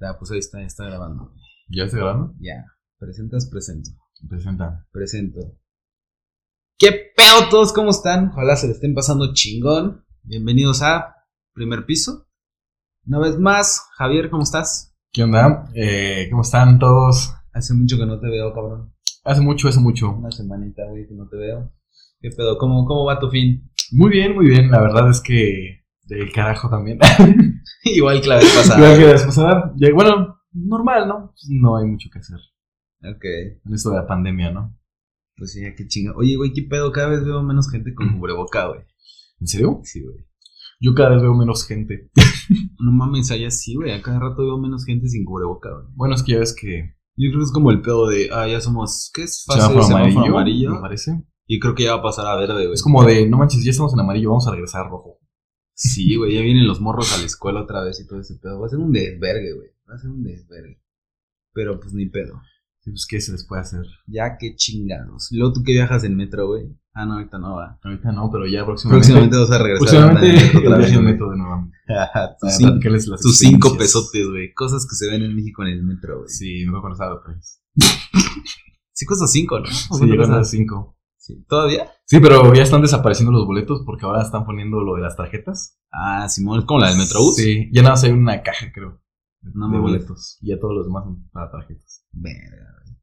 Ya, pues ahí está, está grabando. ¿Ya se grabando? Ya. Presentas, presento. Presenta. Presento. ¿Qué pedo todos? ¿Cómo están? Ojalá se le estén pasando chingón. Bienvenidos a Primer Piso. Una vez más, Javier, ¿cómo estás? ¿Qué onda? Eh, ¿Cómo están todos? Hace mucho que no te veo, cabrón. Hace mucho, hace mucho. Una semanita, güey, que no te veo. ¿Qué pedo? ¿Cómo, cómo va tu fin? Muy bien, muy bien. La verdad es que del carajo también. Igual que la vez Creo pasada. que las pasadas- ya- Bueno, normal, ¿no? Pues No hay mucho que hacer. ok. En esto de la pandemia, ¿no? Pues sí, ya qué chinga. Oye, güey, ¿qué pedo? Cada vez veo menos gente con cubreboca, güey. ¿En serio? Sí, güey. Yo cada vez veo menos gente. No mames, allá sí, güey. A cada rato veo menos gente sin cubreboca, güey. Bueno, es que ya ves que... Yo creo que es como el pedo de, ah, ya somos, ¿qué es? Fase semáforo de semáforo amarillo. Me parece. Y creo que ya va a pasar a verde, güey. Es como de, no manches, ya estamos en amarillo, vamos a regresar a rojo. Sí, güey, ya vienen los morros a la escuela otra vez y todo ese pedo. Va a ser un desvergue, güey. Va a ser un desvergue. Pero pues ni pedo. Sí, pues, ¿qué se les puede hacer? Ya qué chingados. Luego tú que viajas en metro, güey. Ah, no, ahorita no va. Ahorita no, pero ya próximamente... Próximamente vas a regresar. Próximamente a andar en metro el viaje en güey. metro de nuevo. Ajá, Para tus cin- platicarles las Tus cinco experiencias. pesotes, güey. Cosas que se ven en México en el metro, güey. Sí, me acuerdo cuando estaba pues. Sí, cuesta cinco, ¿no? Sí, llegaron a las 5. Sí. ¿Todavía? Sí, pero ya están desapareciendo los boletos porque ahora están poniendo lo de las tarjetas. Ah, Simón, es como la del Metrobús. Sí, ya nada más hay una caja, creo. De, No de mames. boletos. Y ya todos los demás son para tarjetas. Verga, güey.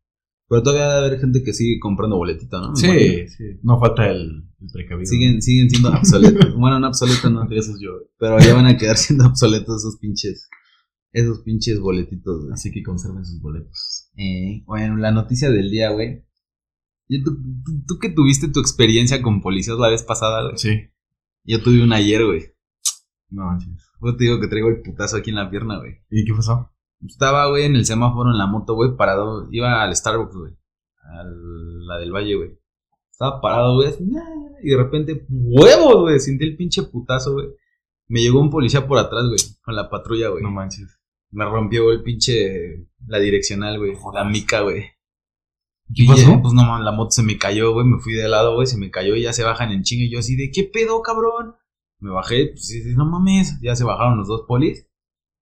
Pero todavía debe haber gente que sigue comprando boletito, ¿no? Me imagino. Sí, sí. No falta el, el precavido. Siguen, siguen siendo obsoletos. bueno, no obsoletos, no. Entre esos yo. Pero ya van a quedar siendo obsoletos esos pinches. Esos pinches boletitos, güey. Así que conserven sus boletos. Eh, bueno, la noticia del día, güey. Yo tu- tú, tú que tuviste tu experiencia con policías la vez pasada, güey. Sí. Yo tuve una ayer, güey. No manches. Yo te digo que traigo el putazo aquí en la pierna, güey. ¿Y qué pasó? Estaba, güey, en el semáforo en la moto, güey, parado. Iba al Starbucks, güey. A la del Valle, güey. Estaba parado, güey. así, "Ah", Y de repente, huevos, güey. Sentí el pinche putazo, güey. Me llegó un policía por atrás, güey. Con la patrulla, güey. No manches. Me rompió el pinche. La direccional, güey. La Jodas. mica, güey. ¿Qué Y pasó? ya, pues no mames, la moto se me cayó, güey. Me fui de lado, güey. Se me cayó y ya se bajan en chinga. Y yo así de, ¿qué pedo, cabrón? Me bajé, pues y dice, no mames. Ya se bajaron los dos polis.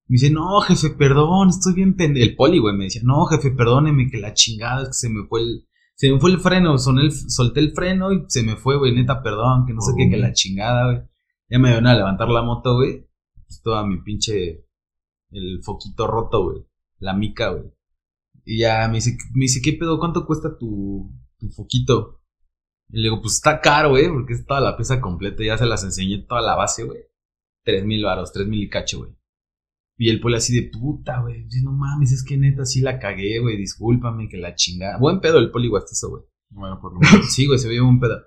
Me dice, no, jefe, perdón, estoy bien pendejo. El poli, güey, me decía, no, jefe, perdóneme, que la chingada, es que se me fue el. Se me fue el freno, soné el- solté el freno y se me fue, güey, neta, perdón, que no sé Por qué, que un- la chingada, güey. Ya me iban a levantar la moto, güey. Pues toda mi pinche. El foquito roto, güey. La mica, güey. Y ya me dice, me dice, ¿qué pedo? ¿Cuánto cuesta tu, tu foquito? Y le digo, pues está caro, güey, porque es toda la pieza completa. Ya se las enseñé toda la base, güey. Tres mil varos, tres mil y cacho, güey. Y el poli así de puta, güey. Dice, no mames, es que neta sí la cagué, güey. Discúlpame que la chingada. Buen pedo el poli guastazo, güey. Bueno, por lo menos. Sí, güey, se veía un pedo.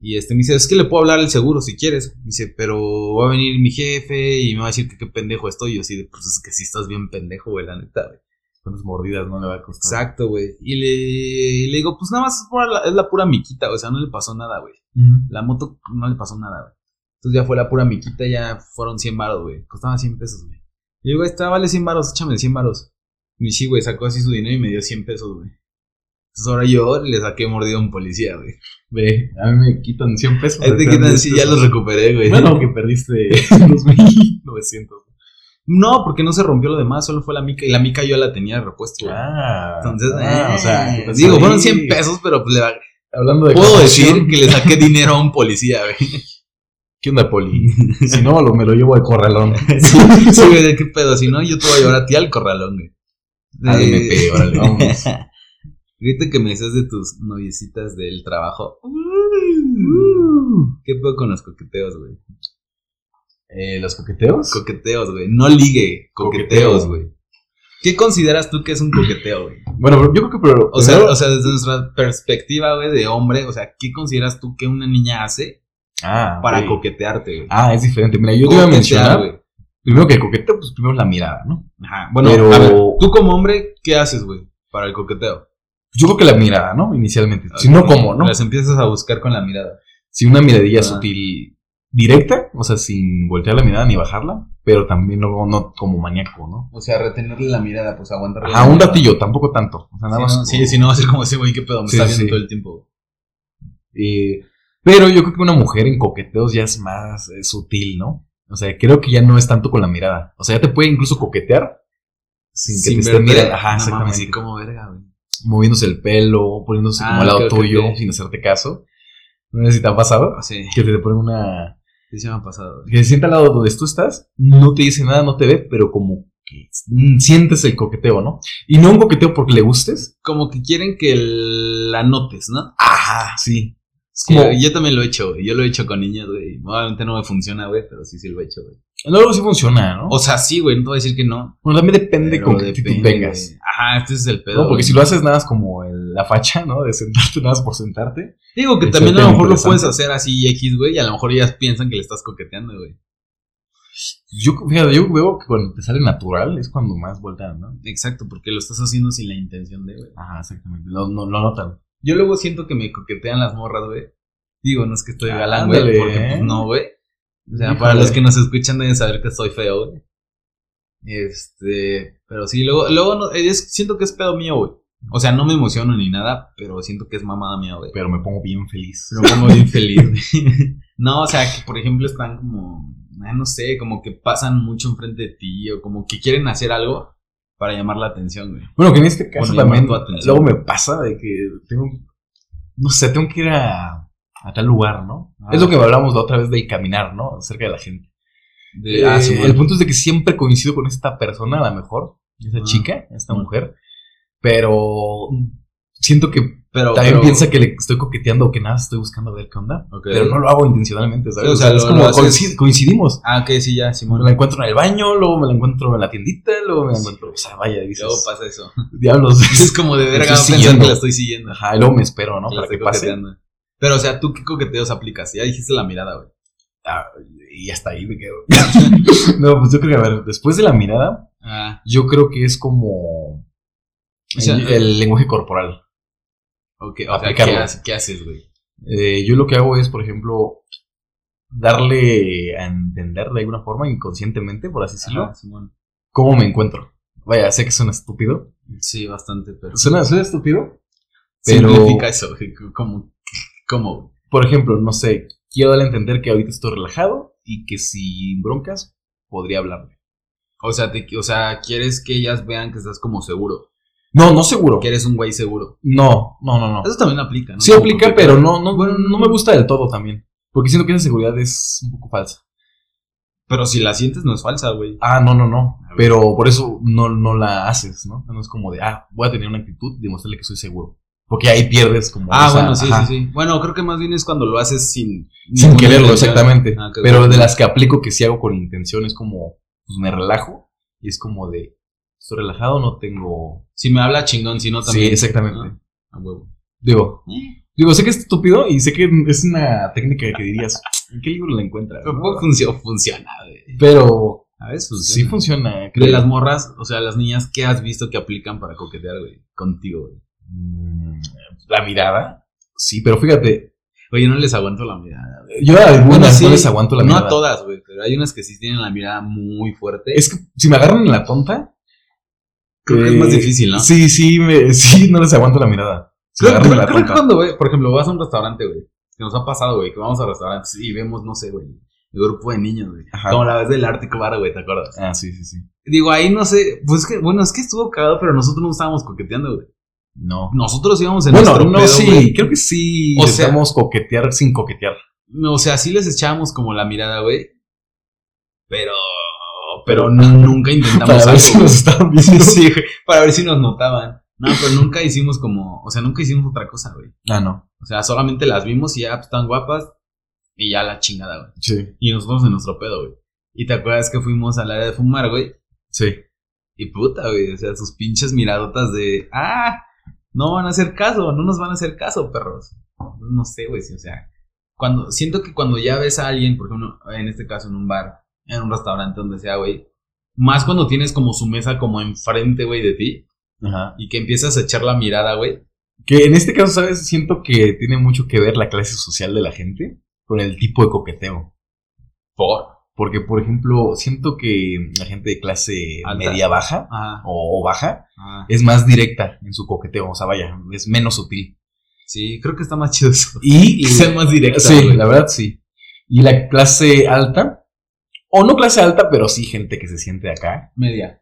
Y este me dice, es que le puedo hablar al seguro si quieres. Me dice, pero va a venir mi jefe y me va a decir que qué pendejo estoy. Y yo así de, pues es que sí estás bien pendejo, güey, la neta, güey. Con sus mordidas no le va a costar. Exacto, güey. Y le, y le digo, pues nada más es, pura la- es la pura miquita, o sea, no le pasó nada, güey. Ujú. La moto no le pasó nada, güey. Entonces ya fue la pura miquita, ya fueron 100 varos, güey. Costaban 100 pesos, güey. Y digo, esta vale 100 varos, échame 100 varos. Y sí, güey, sacó así su dinero y me dio 100 pesos, güey. Entonces ahora yo le saqué mordido a un policía, güey. Ve, a mí me quitan 100 pesos. Ahí te me quedan dan así, 10 ya pesos. los recuperé, güey. Bueno, que perdiste 2.900. No, porque no se rompió lo demás, solo fue la mica. Y la mica yo la tenía de repuesto, güey. Ah, Entonces, ah, eh, o sea, que digo, ahí- fueron 100 pesos, pero pues, le va- Hablando de puedo corrupción, decir que le saqué dinero a un policía, güey. ¿Qué onda, Poli? si no, lo, me lo llevo al corralón. Sí, sí, güey, de qué pedo, si no, yo te voy a llevar a ti al corralón, güey. ADMP, órale, vamos. Viste que me decías de tus noviecitas del trabajo. Uh. ¿Qué pedo con los coqueteos, güey? Eh, ¿Los coqueteos? Coqueteos, güey. No ligue, coqueteos, Coqueteo. güey. ¿Qué consideras tú que es un coqueteo, güey? bueno, pero yo creo que pero, O sea, primero- o sea, desde nuestra perspectiva, güey, de hombre, o sea, ¿qué consideras tú que una niña hace ah, para ok. coquetetearte, güey? Ah, es diferente. Mira, yo te iba a Coquetear, mencionar, güey. primero que el coqueteo, pues primero la mirada, ¿no? Ajá. Bueno, Pero- a ver, tú como hombre, ¿qué haces, güey? Para el coqueteo. Yo creo que la mirada, ¿no? Inicialmente. Si no, ¿cómo, no? Las empiezas a buscar con la mirada. Si una miradilla Ah. sutil directa, o sea, sin voltear la mirada ni bajarla, pero también no, no como maníaco, ¿no? O sea, retenerle la mirada, pues aguantarle. Ajá, un ratillo, tampoco tanto. O sea, nada Sí, más no, sí, como- sí, no va a ser como ese güey, qué pedo, me Sí, está sí, viendo sí. todo el tiempo. Eh, pero yo creo que una mujer en coqueteos ya es más eh, sutil, ¿no? O sea, creo que ya no es tanto con la mirada. O sea, ya te puede incluso coquetear sin que te estén mirando. no Ajá, mames, exactamente. sí, como verga, güey. Moviéndose el pelo, poniéndose como Ah, al lado ok, ok, tuyo, ok. sin hacerte caso. No sé si te ha pasado. Sí, Que te ponen una. sí se me ha pasado, güey. Que se sienta al lado donde tú estás, no te dice nada, no te ve, pero como que mm, sientes el coqueteo, ¿no? Y no un coqueteo porque le gustes. Como que quieren que la notes, ¿no? Ajá, ah, sí. Es Sí, como. yo también lo he hecho, güey. Yo lo he hecho con niños, güey. Obviamente no me funciona, güey, pero sí, sí lo he hecho, güey. No, luego sí funciona, ¿no? O sea, sí, güey, no te voy a decir que no. bueno, también depende pero con qué actitud depende, vengas. güey. Ajá, este es el pedo. ¿no? Porque güey. si lo haces nada es como el- la facha, ¿no? De sentarte nada más por sentarte. Digo que Es también a algo lo mejor lo interesante. puedes hacer así X, güey, y a lo mejor ellas piensan que le estás coqueteando, güey. Yo, fíjate, yo veo que cuando te sale natural es cuando más vuelta, ¿no? Exacto, porque lo estás haciendo sin la intención de, güey. Ajá, exactamente. Lo, no, lo notan. Yo luego siento que me coquetean las morras, güey. Digo, no es que estoy galán, Ah, Ándale, güey, porque ¿eh? pues no, güey. O sea, Híjole. para los que nos escuchan deben saber que soy feo, güey. Este, pero sí, luego, luego no- es- siento que es pedo mío, güey. O sea, no me emociono ni nada, pero siento que es mamada mía, güey. Pero me pongo bien feliz. Pero como bien feliz, güey. No, o sea, que por ejemplo están como, ah, no sé, como que pasan mucho enfrente de ti o como que quieren hacer algo para llamar la atención, güey. Bueno, que en este caso Bueno, también. llamar tu atención. Luego me pasa de que tengo. No sé, tengo que ir a, a tal lugar, ¿no? Ah. Es lo que hablamos la otra vez del caminar, ¿no? Acerca de la gente. De, Eh, ah, sí, el punto es de que siempre coincido con esta persona, a lo mejor. Esa Ah. chica, esta Ah. mujer. Pero siento que pero, También pero- piensa que le estoy coqueteando o que nada, estoy buscando a ver qué onda. Ok. Pero no lo hago intencionalmente, ¿sabes? Sí, o sea, es lo- como lo haces- coinci- coincidimos. Ah, ok, sí, ya, Simón. Me la encuentro en el baño, luego me la encuentro en la tiendita, luego me la Sí. encuentro. O sea, vaya, dices. Luego pasa eso. Diablos. Es como de verga Estoy pensar siguiendo. que la estoy siguiendo. Ajá, y luego me espero, ¿no? Que la Para que estoy pase. coqueteando. Pero, o sea, ¿tú qué coqueteos aplicas? Ya dijiste la mirada, güey. Ah, y hasta ahí me quedo. no, pues yo creo que, a ver, después de la mirada, Ah, yo creo que es como. O sea, el, el lenguaje corporal. ok. O sea, ¿qué, Aplicarlo. haces- qué haces, güey? Eh, yo lo que hago es, por ejemplo, darle a entender de alguna forma, inconscientemente, por así decirlo, Ajá, Simón. cómo me encuentro. Vaya, sé que suena estúpido. Sí, bastante, pero... Suena, suena estúpido. Pero, Simplifica eso, güey. Como, como, por ejemplo, no sé, quiero darle a entender que ahorita estoy relajado y que sin broncas podría hablarle. o sea, te, o sea, quieres que ellas vean que estás como seguro, No, no seguro. que eres un güey seguro. No, no, no, no. Eso también aplica, ¿no? Sí Como aplica, coqueteo. pero no, no, bueno, no me gusta del todo también. Porque siento que esa seguridad es un poco falsa. Pero si la sientes no es falsa, güey. Ah, no, no, no. Pero por eso no, no la haces, ¿no? No es como de, ah, voy a tener una actitud, demostrarle que soy seguro. Porque ahí pierdes como. Ah, o sea, bueno, sí, ajá, sí, sí. Bueno, creo que más bien es cuando lo haces sin... Sin ninguna quererlo, intención. exactamente. Ah, qué Pero bueno. de las que aplico que sí hago con intención es como, pues me relajo y es como de, estoy relajado, no tengo. Si me habla chingón, si no también. Sí, exactamente. Ah, a huevo. Digo, digo, sé que es estúpido y sé que es una técnica que dirías, ¿en qué libro la encuentras? Pero no? poco funcio- funciona, güey. Pero pues, A veces sí funciona. funciona. de creo. las morras, o sea, las niñas, ¿qué has visto que aplican para coquetear, güey? Contigo, güey. Mm, La mirada. Sí, pero fíjate, Oye, no les aguanto la mirada, güey. Yo a algunas Bueno, sí, no les aguanto la no mirada. a todas, güey, pero hay unas que sí tienen la mirada muy fuerte. Es que si me agarran en la tonta. creo que es eh, más difícil, ¿no? Sí, sí, me- sí, no les aguanto la mirada. Si me Creo, agarran en la creo que tonta. cuando, güey, por ejemplo, vas a un restaurante, güey, que nos ha pasado, güey, que vamos a restaurantes y vemos, no sé, güey, el grupo de niños, güey. Ajá. Como la vez del Ártico Bar, güey, ¿te acuerdas? Ah, sí, sí, sí. Digo, ahí no sé, pues es que, bueno, es que estuvo cagado, pero nosotros no estábamos coqueteando, güey. No. Nosotros íbamos en Bueno, nuestro no, pedo, sí, güey. creo que sí. O O sea- coquetear sin coquetear. No, O sea, sí les echábamos como la mirada, güey. Pero. Pero no- nunca intentamos Para ver algo, si güey. nos están viendo. Sí, güey, Para ver si nos notaban. No, pero nunca hicimos como. O sea, nunca hicimos otra cosa, güey. Ah, no. O sea, solamente las vimos y ya pues, están guapas. Y ya la chingada, güey. Sí, Y nosotros en nuestro pedo, güey. Y te acuerdas que fuimos al área de fumar, güey. sí. Y puta, güey. O sea, sus pinches miradotas de. ¡Ah! No van a hacer caso, no nos van a hacer caso, perros. No sé, güey. sí, o sea, cuando. Siento que cuando ya ves a alguien, por ejemplo, en este caso en un bar, en un restaurante, donde sea, güey. Más cuando tienes como su mesa como enfrente, güey, de ti. Ajá. Y que empiezas a echar la mirada, güey. Que en este caso, ¿sabes? Siento que tiene mucho que ver la clase social de la gente con el tipo de coqueteo. Por. Porque, por ejemplo, siento que la gente de clase Alta. media-baja Ajá. o o baja ajá. es más directa en su coqueteo, o sea, vaya, es menos sutil. Sí, creo que está más chido eso. Y, Que sean más directas, sí, güey. la verdad sí. Y la clase alta, o no clase alta, pero sí gente que se siente acá, Media.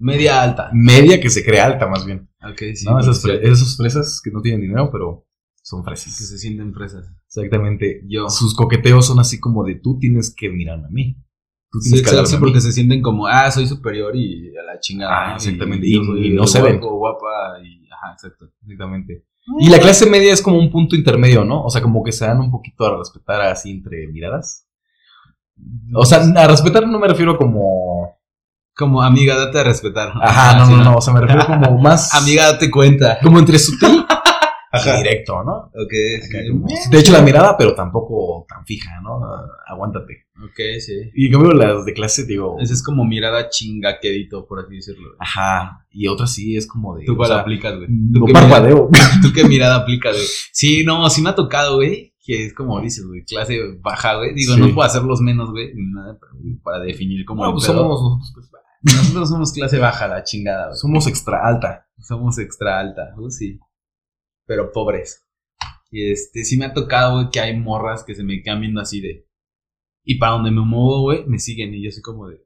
Media alta. Media que se crea alta, más bien. Ok, sí. ¿no? Esas, sí, fre- esas fresas que no tienen dinero, pero son Que fresas. se sienten fresas. Exactamente. Yo. Sus coqueteos son así como de tú tienes que mirarme a mí. Tú Sí, tienes que exacto, hablarme sí, a mí. porque se sienten como, ah, soy superior y a la chingada. Ah, ¿no? exactamente, yo y- soy y no se guapo, ven. guapa y, ajá, exacto. Eh, Exactamente. Y la clase media es como un punto intermedio, ¿no? O sea, como que se dan un poquito a respetar así entre miradas. O sea, a respetar no me refiero como. como amiga, date a respetar. Ajá, no, sí, no, no. O sea, me refiero como más. Amiga, date cuenta. Como entre sutil Ajá. y directo, ¿no? Ok, Acá sí. como- De hecho, la mirada, pero tampoco tan fija, ¿no? Aguántate. Ok, sí. Y en cambio, las de clase, digo. Esa es como mirada chingaquedito, por así decirlo. güey. Ajá. Y otra sí es como de. Tú o cuál sea, aplicas, güey. no qué parpadeo. ¿Tú qué mirada aplicas, güey? Sí, no, sí me ha tocado, güey. Que es como dices, güey, clase baja, güey. Digo, Sí. no puedo hacerlos menos, güey, ni nada, pero, güey, para definir cómo No, el pues pedo. somos nosotros, pues, Nosotros somos clase baja, la chingada, güey. somos extra alta. Somos extra alta, uh, sí. Pero pobres. Y este, sí me ha tocado, güey, que hay morras que se me quedan viendo así de. Y para donde me muevo, güey, me siguen. Y yo soy como de.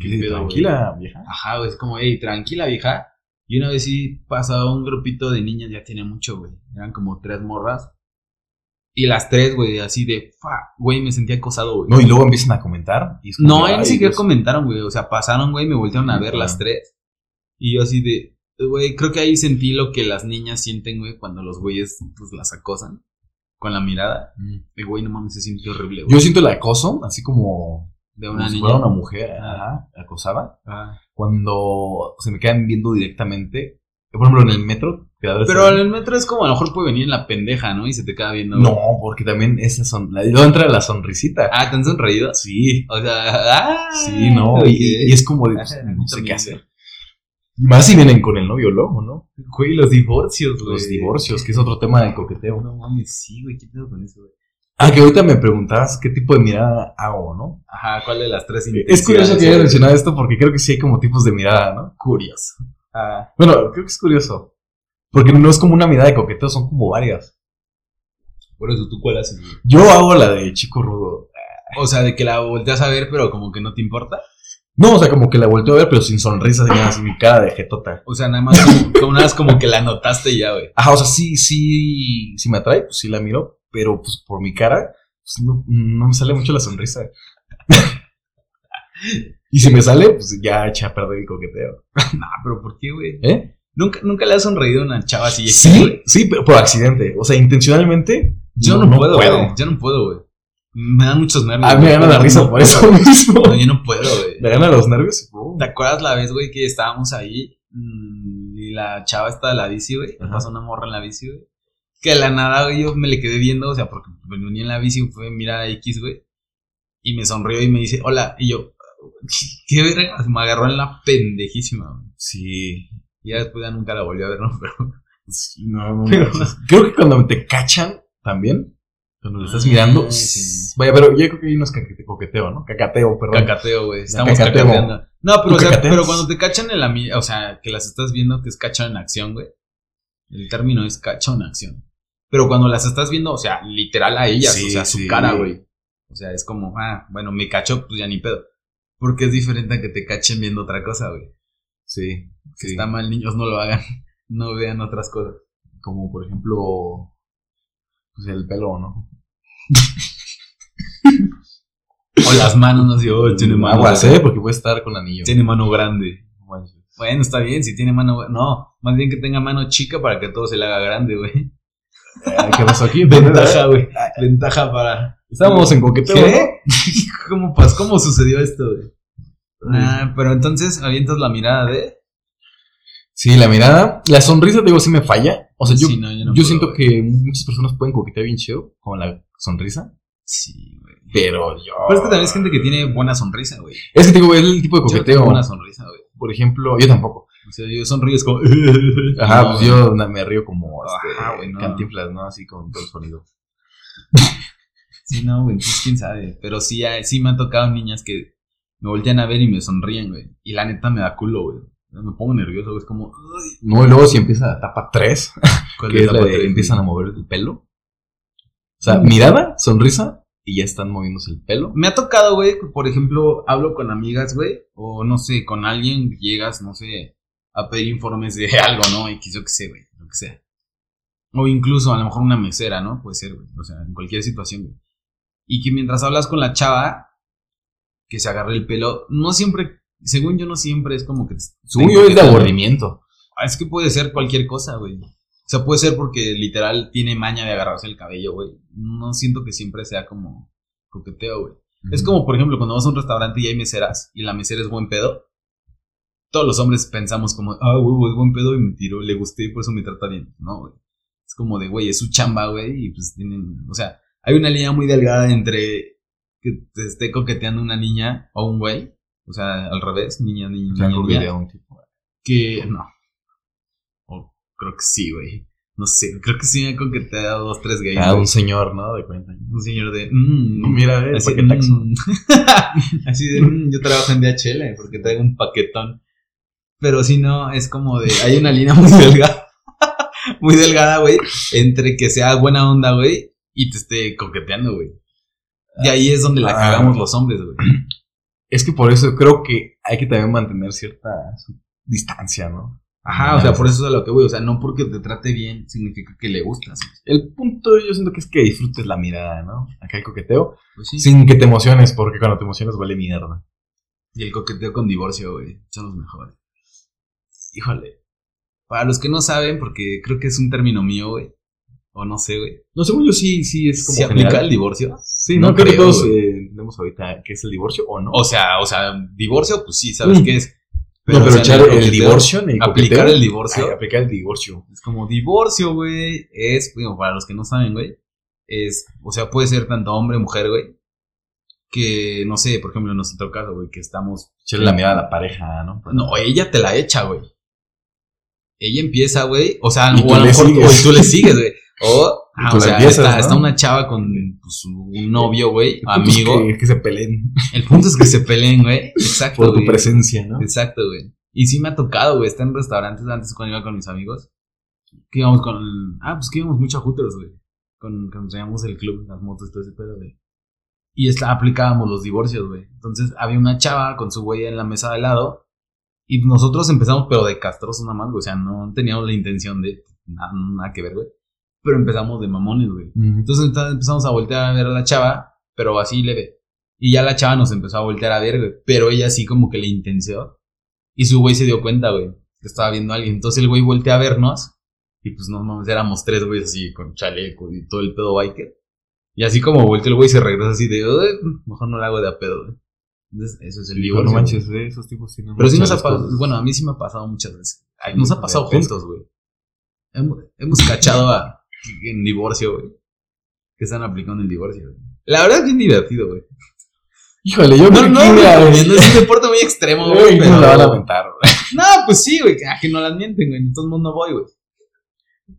¿Qué Sí, pedo, güey? tranquila, vieja. Ajá, güey, es como, hey, tranquila, vieja. Y una vez sí pasaba un grupito de niñas, ya tiene mucho, güey. Eran como tres morras. Y las tres, güey, así de, fa, güey, me sentía acosado, güey. No, y luego empiezan a comentar. y es como, No, ahí ay, ni siquiera Dios. comentaron, güey. O sea, pasaron, güey, me voltearon a ver Ajá. las tres. Y yo así de, güey, creo que ahí sentí lo que las niñas sienten, güey, cuando los güeyes pues las acosan con la mirada. Mm. Y, güey, no mames, se sintió horrible, güey. Yo siento el acoso, así como, De como una si niña. fuera una mujer Ah. ajá, acosada, Ah. cuando se me quedan viendo directamente. Por ejemplo, en el metro. que a veces- Pero en el metro es como a lo mejor puede venir en la pendeja, ¿no? Y se te queda viendo. No, güey. porque también esa son... la- Luego entra la sonrisita. Ah, ¿te han sonreído? Sí, O sea, ah. sí, no. ok. Y, y es como de, pues, Ajá, no sé también, qué hacer. Y más si vienen con el novio loco, ¿no? Güey, los divorcios, güey. Los divorcios, que es otro tema del coqueteo. No mames, sí, güey, ¿qué pedo con eso, güey? Ah, que ahorita me preguntabas qué tipo de mirada hago, ¿no? Ajá, ¿cuál de las tres Es curioso que intenciones, hayas güey? mencionado esto porque creo que sí hay como tipos de mirada, ¿no? Curioso. Ah. Bueno, creo que es curioso. Porque no es como una mirada de coqueteo, son como varias. Por eso tú cuál haces, güey? Yo hago la de chico rudo. O sea, de que la volteas a ver, pero como que no te importa. No, o sea, como que la volteo a ver, pero sin sonrisa, sin nada, sin mi cara de jetota. O sea, nada más como, como nada más como que la notaste y ya, güey. Ajá, o sea, sí, sí, sí me atrae, pues sí la miro, pero pues por mi cara, pues no, no me sale mucho la sonrisa. y si me sale, pues ya echa a perder el coqueteo. Ah, pero ¿por qué, güey? ¿Eh? ¿Nunca, nunca le has sonreído a una chava así. güey? Sí, sí, pero por accidente. O sea, intencionalmente. Yo no, puedo, güey. Yo no puedo, güey. Me dan muchos nervios. A mí Ah, me güey. gana la No, risa no por puedo, eso mismo. güey. No, yo no puedo, güey. Me gana los nervios. supongo. ¿Te acuerdas la vez, güey, que estábamos ahí mm, y la chava está de la bici, güey? Ajá. Pasó una morra en la bici, güey. Que de la nada, güey, yo me le quedé viendo, o sea, porque me uní en la bici, fue mira X, güey. Y me sonrió y me dice, hola. Y yo, qué verga, me agarró en la pendejísima, güey. Sí. Y ya después ya nunca la volví a ver, ¿no? Pero Sí, no, no, no. creo que cuando te cachan también, cuando lo estás mirando, Ah, sí. vaya, pero yo creo que ahí no es caquete- coqueteo, ¿no? Cacateo, perdón. cacateo, güey. Estamos cacateo. cacateando. No, pero, ¿Tú o sea, cacateas? pero cuando te cachan en la... mi- O sea, que las estás viendo, que es cachan en acción, güey. El término es cachón en acción. Pero cuando las estás viendo, o sea, literal a ellas, Sí, o sea, su sí. cara, güey. O sea, es como, ah, bueno, me cacho, pues ya ni pedo. Porque es diferente a que te cachen viendo otra cosa, güey. Sí, Que sí. está mal, niños, no lo hagan. No vean otras cosas. Como por ejemplo, pues el pelo, ¿no? O las manos, no sé, oh, tiene mano. Aguas, ¿eh? Porque puede estar con anillo. Tiene mano grande. No manches. Bueno, está bien, si tiene mano. No, más bien que tenga mano chica para que todo se le haga grande, güey. Ay, Eh, ¿Qué pasó aquí? Pues, Ventaja, güey. Ventaja para. Ah, Estamos en coqueteo. ¿Qué? ¿Cómo, pas- ¿Cómo sucedió esto, güey? Ah, pero entonces avientas la mirada de. Sí, la mirada. La sonrisa, te digo, sí me falla. O sea, yo, Sí, no, yo no yo puedo, siento güey. que muchas personas pueden coquetear bien chido con la sonrisa, Sí, güey. pero yo... Pero es que también es gente que tiene buena sonrisa, güey. Es que te digo, es el tipo de Yo no coqueteo. tengo buena sonrisa, güey. Por ejemplo, yo tampoco. O sea, yo sonrío, es como. Ajá, No, pues yo na- me río como Ajá, este, güey, no. cantinflas, ¿no? Así con todo el sonido. Sí, no, güey, pues quién sabe. Pero sí, ah, sí me han tocado niñas que me voltean a ver y me sonríen, güey. Y la neta me da culo, güey. Me pongo nervioso, güey. Es como. "Ay, No, y luego si empieza la etapa 3, ¿cuál que es la la de patria?" empiezan a mover el pelo. O sea, mirada, sonrisa y ya están moviéndose el pelo. Me ha tocado, güey, que, por ejemplo, hablo con amigas, güey, o no sé, con alguien llegas, no sé, a pedir informes de algo, ¿no? X, yo qué sé, güey, lo que sea. O incluso a lo mejor una mesera, ¿no? Puede ser, güey, o sea, en cualquier situación, güey. Y que mientras hablas con la chava, que se agarre el pelo, no siempre, según yo, no siempre es como que... Ah, Según yo es de aburrimiento. Es que puede ser cualquier cosa, güey. O sea, puede ser porque literal tiene maña de agarrarse el cabello, güey. No siento que siempre sea como coqueteo, güey. Es como, por ejemplo, cuando vas a un restaurante y hay meseras y la mesera es buen pedo. Todos los hombres pensamos como, ah, güey, es buen pedo y me tiró, le gusté y por eso me trata bien. No, güey. Es como de, güey, es su chamba, güey. Y pues tienen, o sea, hay una línea muy delgada entre que te esté coqueteando una niña o un güey. O sea, al revés, niña, niña, O sea, niña, rubia niña. a un tipo. Que no. O creo que sí, güey. No sé, creo que sí me ha coqueteado dos, tres gays. Ah, güey. un señor, ¿no? De 40 años. un señor de. mm, Mira, eh, ve, así, paquetaxo. mm. así de. mm, yo trabajo en DHL porque traigo un paquetón. Pero si no, es como de. Hay una línea muy delgada. muy delgada, güey. Entre que sea buena onda, güey. Y te esté coqueteando, güey. Y ahí es donde la Ah. cagamos los hombres, güey. Es que por eso creo que hay que también mantener cierta su- distancia, ¿no? Ajá, o sea, por eso es a lo que voy. O sea, no porque te trate bien significa que le gustas. El punto yo siento que es que disfrutes la mirada, ¿no? Acá el coqueteo. Pues sí. Sin que te emociones, porque cuando te emocionas vale mierda. Y el coqueteo con divorcio, güey. Son los mejores. Híjole. Para los que no saben, porque creo que es un término mío, güey. O no sé, güey. No, según yo sí, sí es como ¿Se general. aplica el divorcio? Sí, no, No creo, que creo, todos güey. eh, entendemos ahorita qué es el divorcio o no. O sea, o sea, divorcio, pues sí, ¿sabes Mm. qué es? no, o pero sea, echar en el coqueteo, divorcio en el Aplicar coqueteo. el divorcio. Ay, aplicar el divorcio. Es como divorcio, güey. Es, bueno, para los que no saben, güey. Es, o sea, puede ser tanto hombre, mujer, güey. Que, no sé, por ejemplo, en nuestro caso, güey, que estamos Echarle la mirada a la pareja, ¿no? No, ella te la echa, güey. Ella empieza, güey. O sea, Y tú o a lo le mejor sigues. o tú le sigues, güey. O, Y ah, tú o la sea, empiezas, está, ¿no? está una chava con pues, un novio, güey, El punto es amigo. Pues Que, que se peleen El punto es que se peleen, güey. Exacto. por tu güey. presencia, ¿no? Exacto, güey. Y sí me ha tocado, güey. Está en restaurantes antes cuando iba con mis amigos. Que íbamos con. Ah, pues que íbamos mucho a Hooters, güey. Con, cuando teníamos el club, las motos, todo ese pedo, güey. Y está, aplicábamos los divorcios, güey. Entonces había una chava con su güey en la mesa de al lado. Y nosotros empezamos, pero de castrosos nada más, güey. O sea, no teníamos la intención de na- nada que ver, güey. Pero empezamos de mamones, güey. Mm. Entonces enta- empezamos a voltear a ver a la chava, pero así leve. Y ya la chava nos empezó a voltear a ver, güey. Pero ella así como que le intenció. Y su güey se dio cuenta, güey, que estaba viendo a alguien. Entonces el güey voltea a vernos. Y pues no mames, éramos tres güeyes así con chaleco y todo el pedo biker. Y así como volteó el güey se regresa así de, "Uy, mejor no la hago de a pedo, güey. Entonces, eso es el Digo, divorcio. no güey. manches, eh, esos tipos sí no Pero sí nos ha manches las pasado, cosas. bueno, a mí sí me ha pasado muchas veces. Ay, Nos ha de pasado pesca. juntos, güey. Hemos, hemos cachado a, en divorcio, güey. Que están aplicando el divorcio, güey. La verdad es bien divertido, güey. Híjole, yo No, creo no, que- no, no es un deporte muy extremo, güey. Uy, Pero no la van a aventar. No, pues sí, güey. ah, que no las mienten, güey. Entonces no, no voy, güey.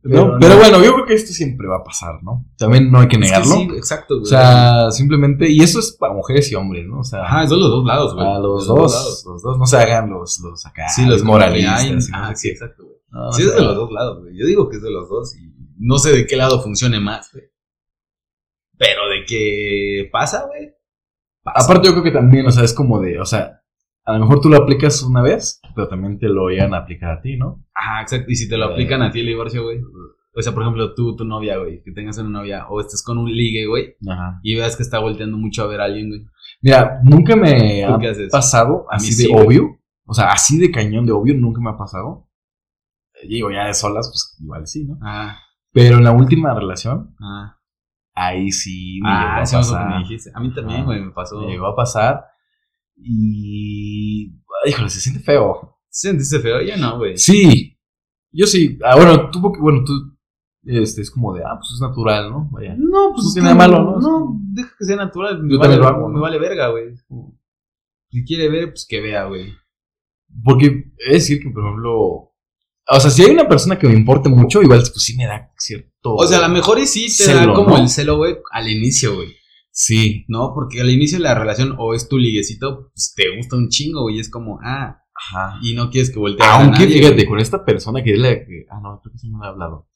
Pero, no. pero bueno, yo creo que esto siempre va a pasar, ¿no? También no hay que Es que negarlo. sí, güey, exacto, güey. o sea, simplemente, y eso es para mujeres y hombres, ¿no? O sea, ajá, son los dos lados, güey. a los De dos, Ah, lados. los dos no se hagan los, los acá, Sí, los moralistas. Ay, y no Ah, sé sí, qué. exacto, güey. No, Sí, no es de sé. los dos lados, güey. Yo digo que es de los dos y no sé de qué lado funcione más, güey. Pero de qué pasa, güey. pasa. Aparte, yo creo que también, o sea, es como de, o sea, a lo mejor tú lo aplicas una vez, pero también te lo llegan a aplicar a ti, ¿no? Ajá, exacto. Y si te lo aplican a ti el divorcio, güey. O sea, por ejemplo, tú, tu novia, güey, que tengas una novia o estés con un ligue, güey, Ajá. y veas que está volteando mucho a ver a alguien, güey. Mira, nunca me ¿Tú ha qué haces? pasado así sí, de güey. obvio. O sea, así de cañón de obvio nunca me ha pasado. Eh, Digo, ya de solas, pues igual sí, ¿no? Ah, Pero en la última relación, ah. ahí sí me Ah, llegó eso a es lo que me pasar. dijiste. A mí también, Ajá. güey, me pasó. Me llegó a pasar. Y. Híjole, se siente feo. ¿Sentiste feo? Yo no, güey. Sí. Yo sí. Ah, bueno, tú, porque- bueno, tú. Este es como de, ah, pues es natural, ¿no? Vaya. No, No pues tiene que nada malo, ¿no? No, deja que sea natural. Me Yo vale, también lo hago, me ¿no? vale verga, güey. Si quiere ver, pues que vea, güey. Porque es decir que, por ejemplo. O sea, si hay una persona que me importe mucho, igual pues sí me da cierto. O sea, a lo mejor y sí te da Celo, como ¿no? el celo, güey, al inicio, güey. Sí. ¿No? Porque al inicio de la relación o es tu liguecito, pues te gusta un chingo, güey. y Es como, ah, Ajá. y no quieres que voltee a Aunque nadie, fíjate, güey. con esta persona que es la que. Ah, no, creo que eso no lo he hablado.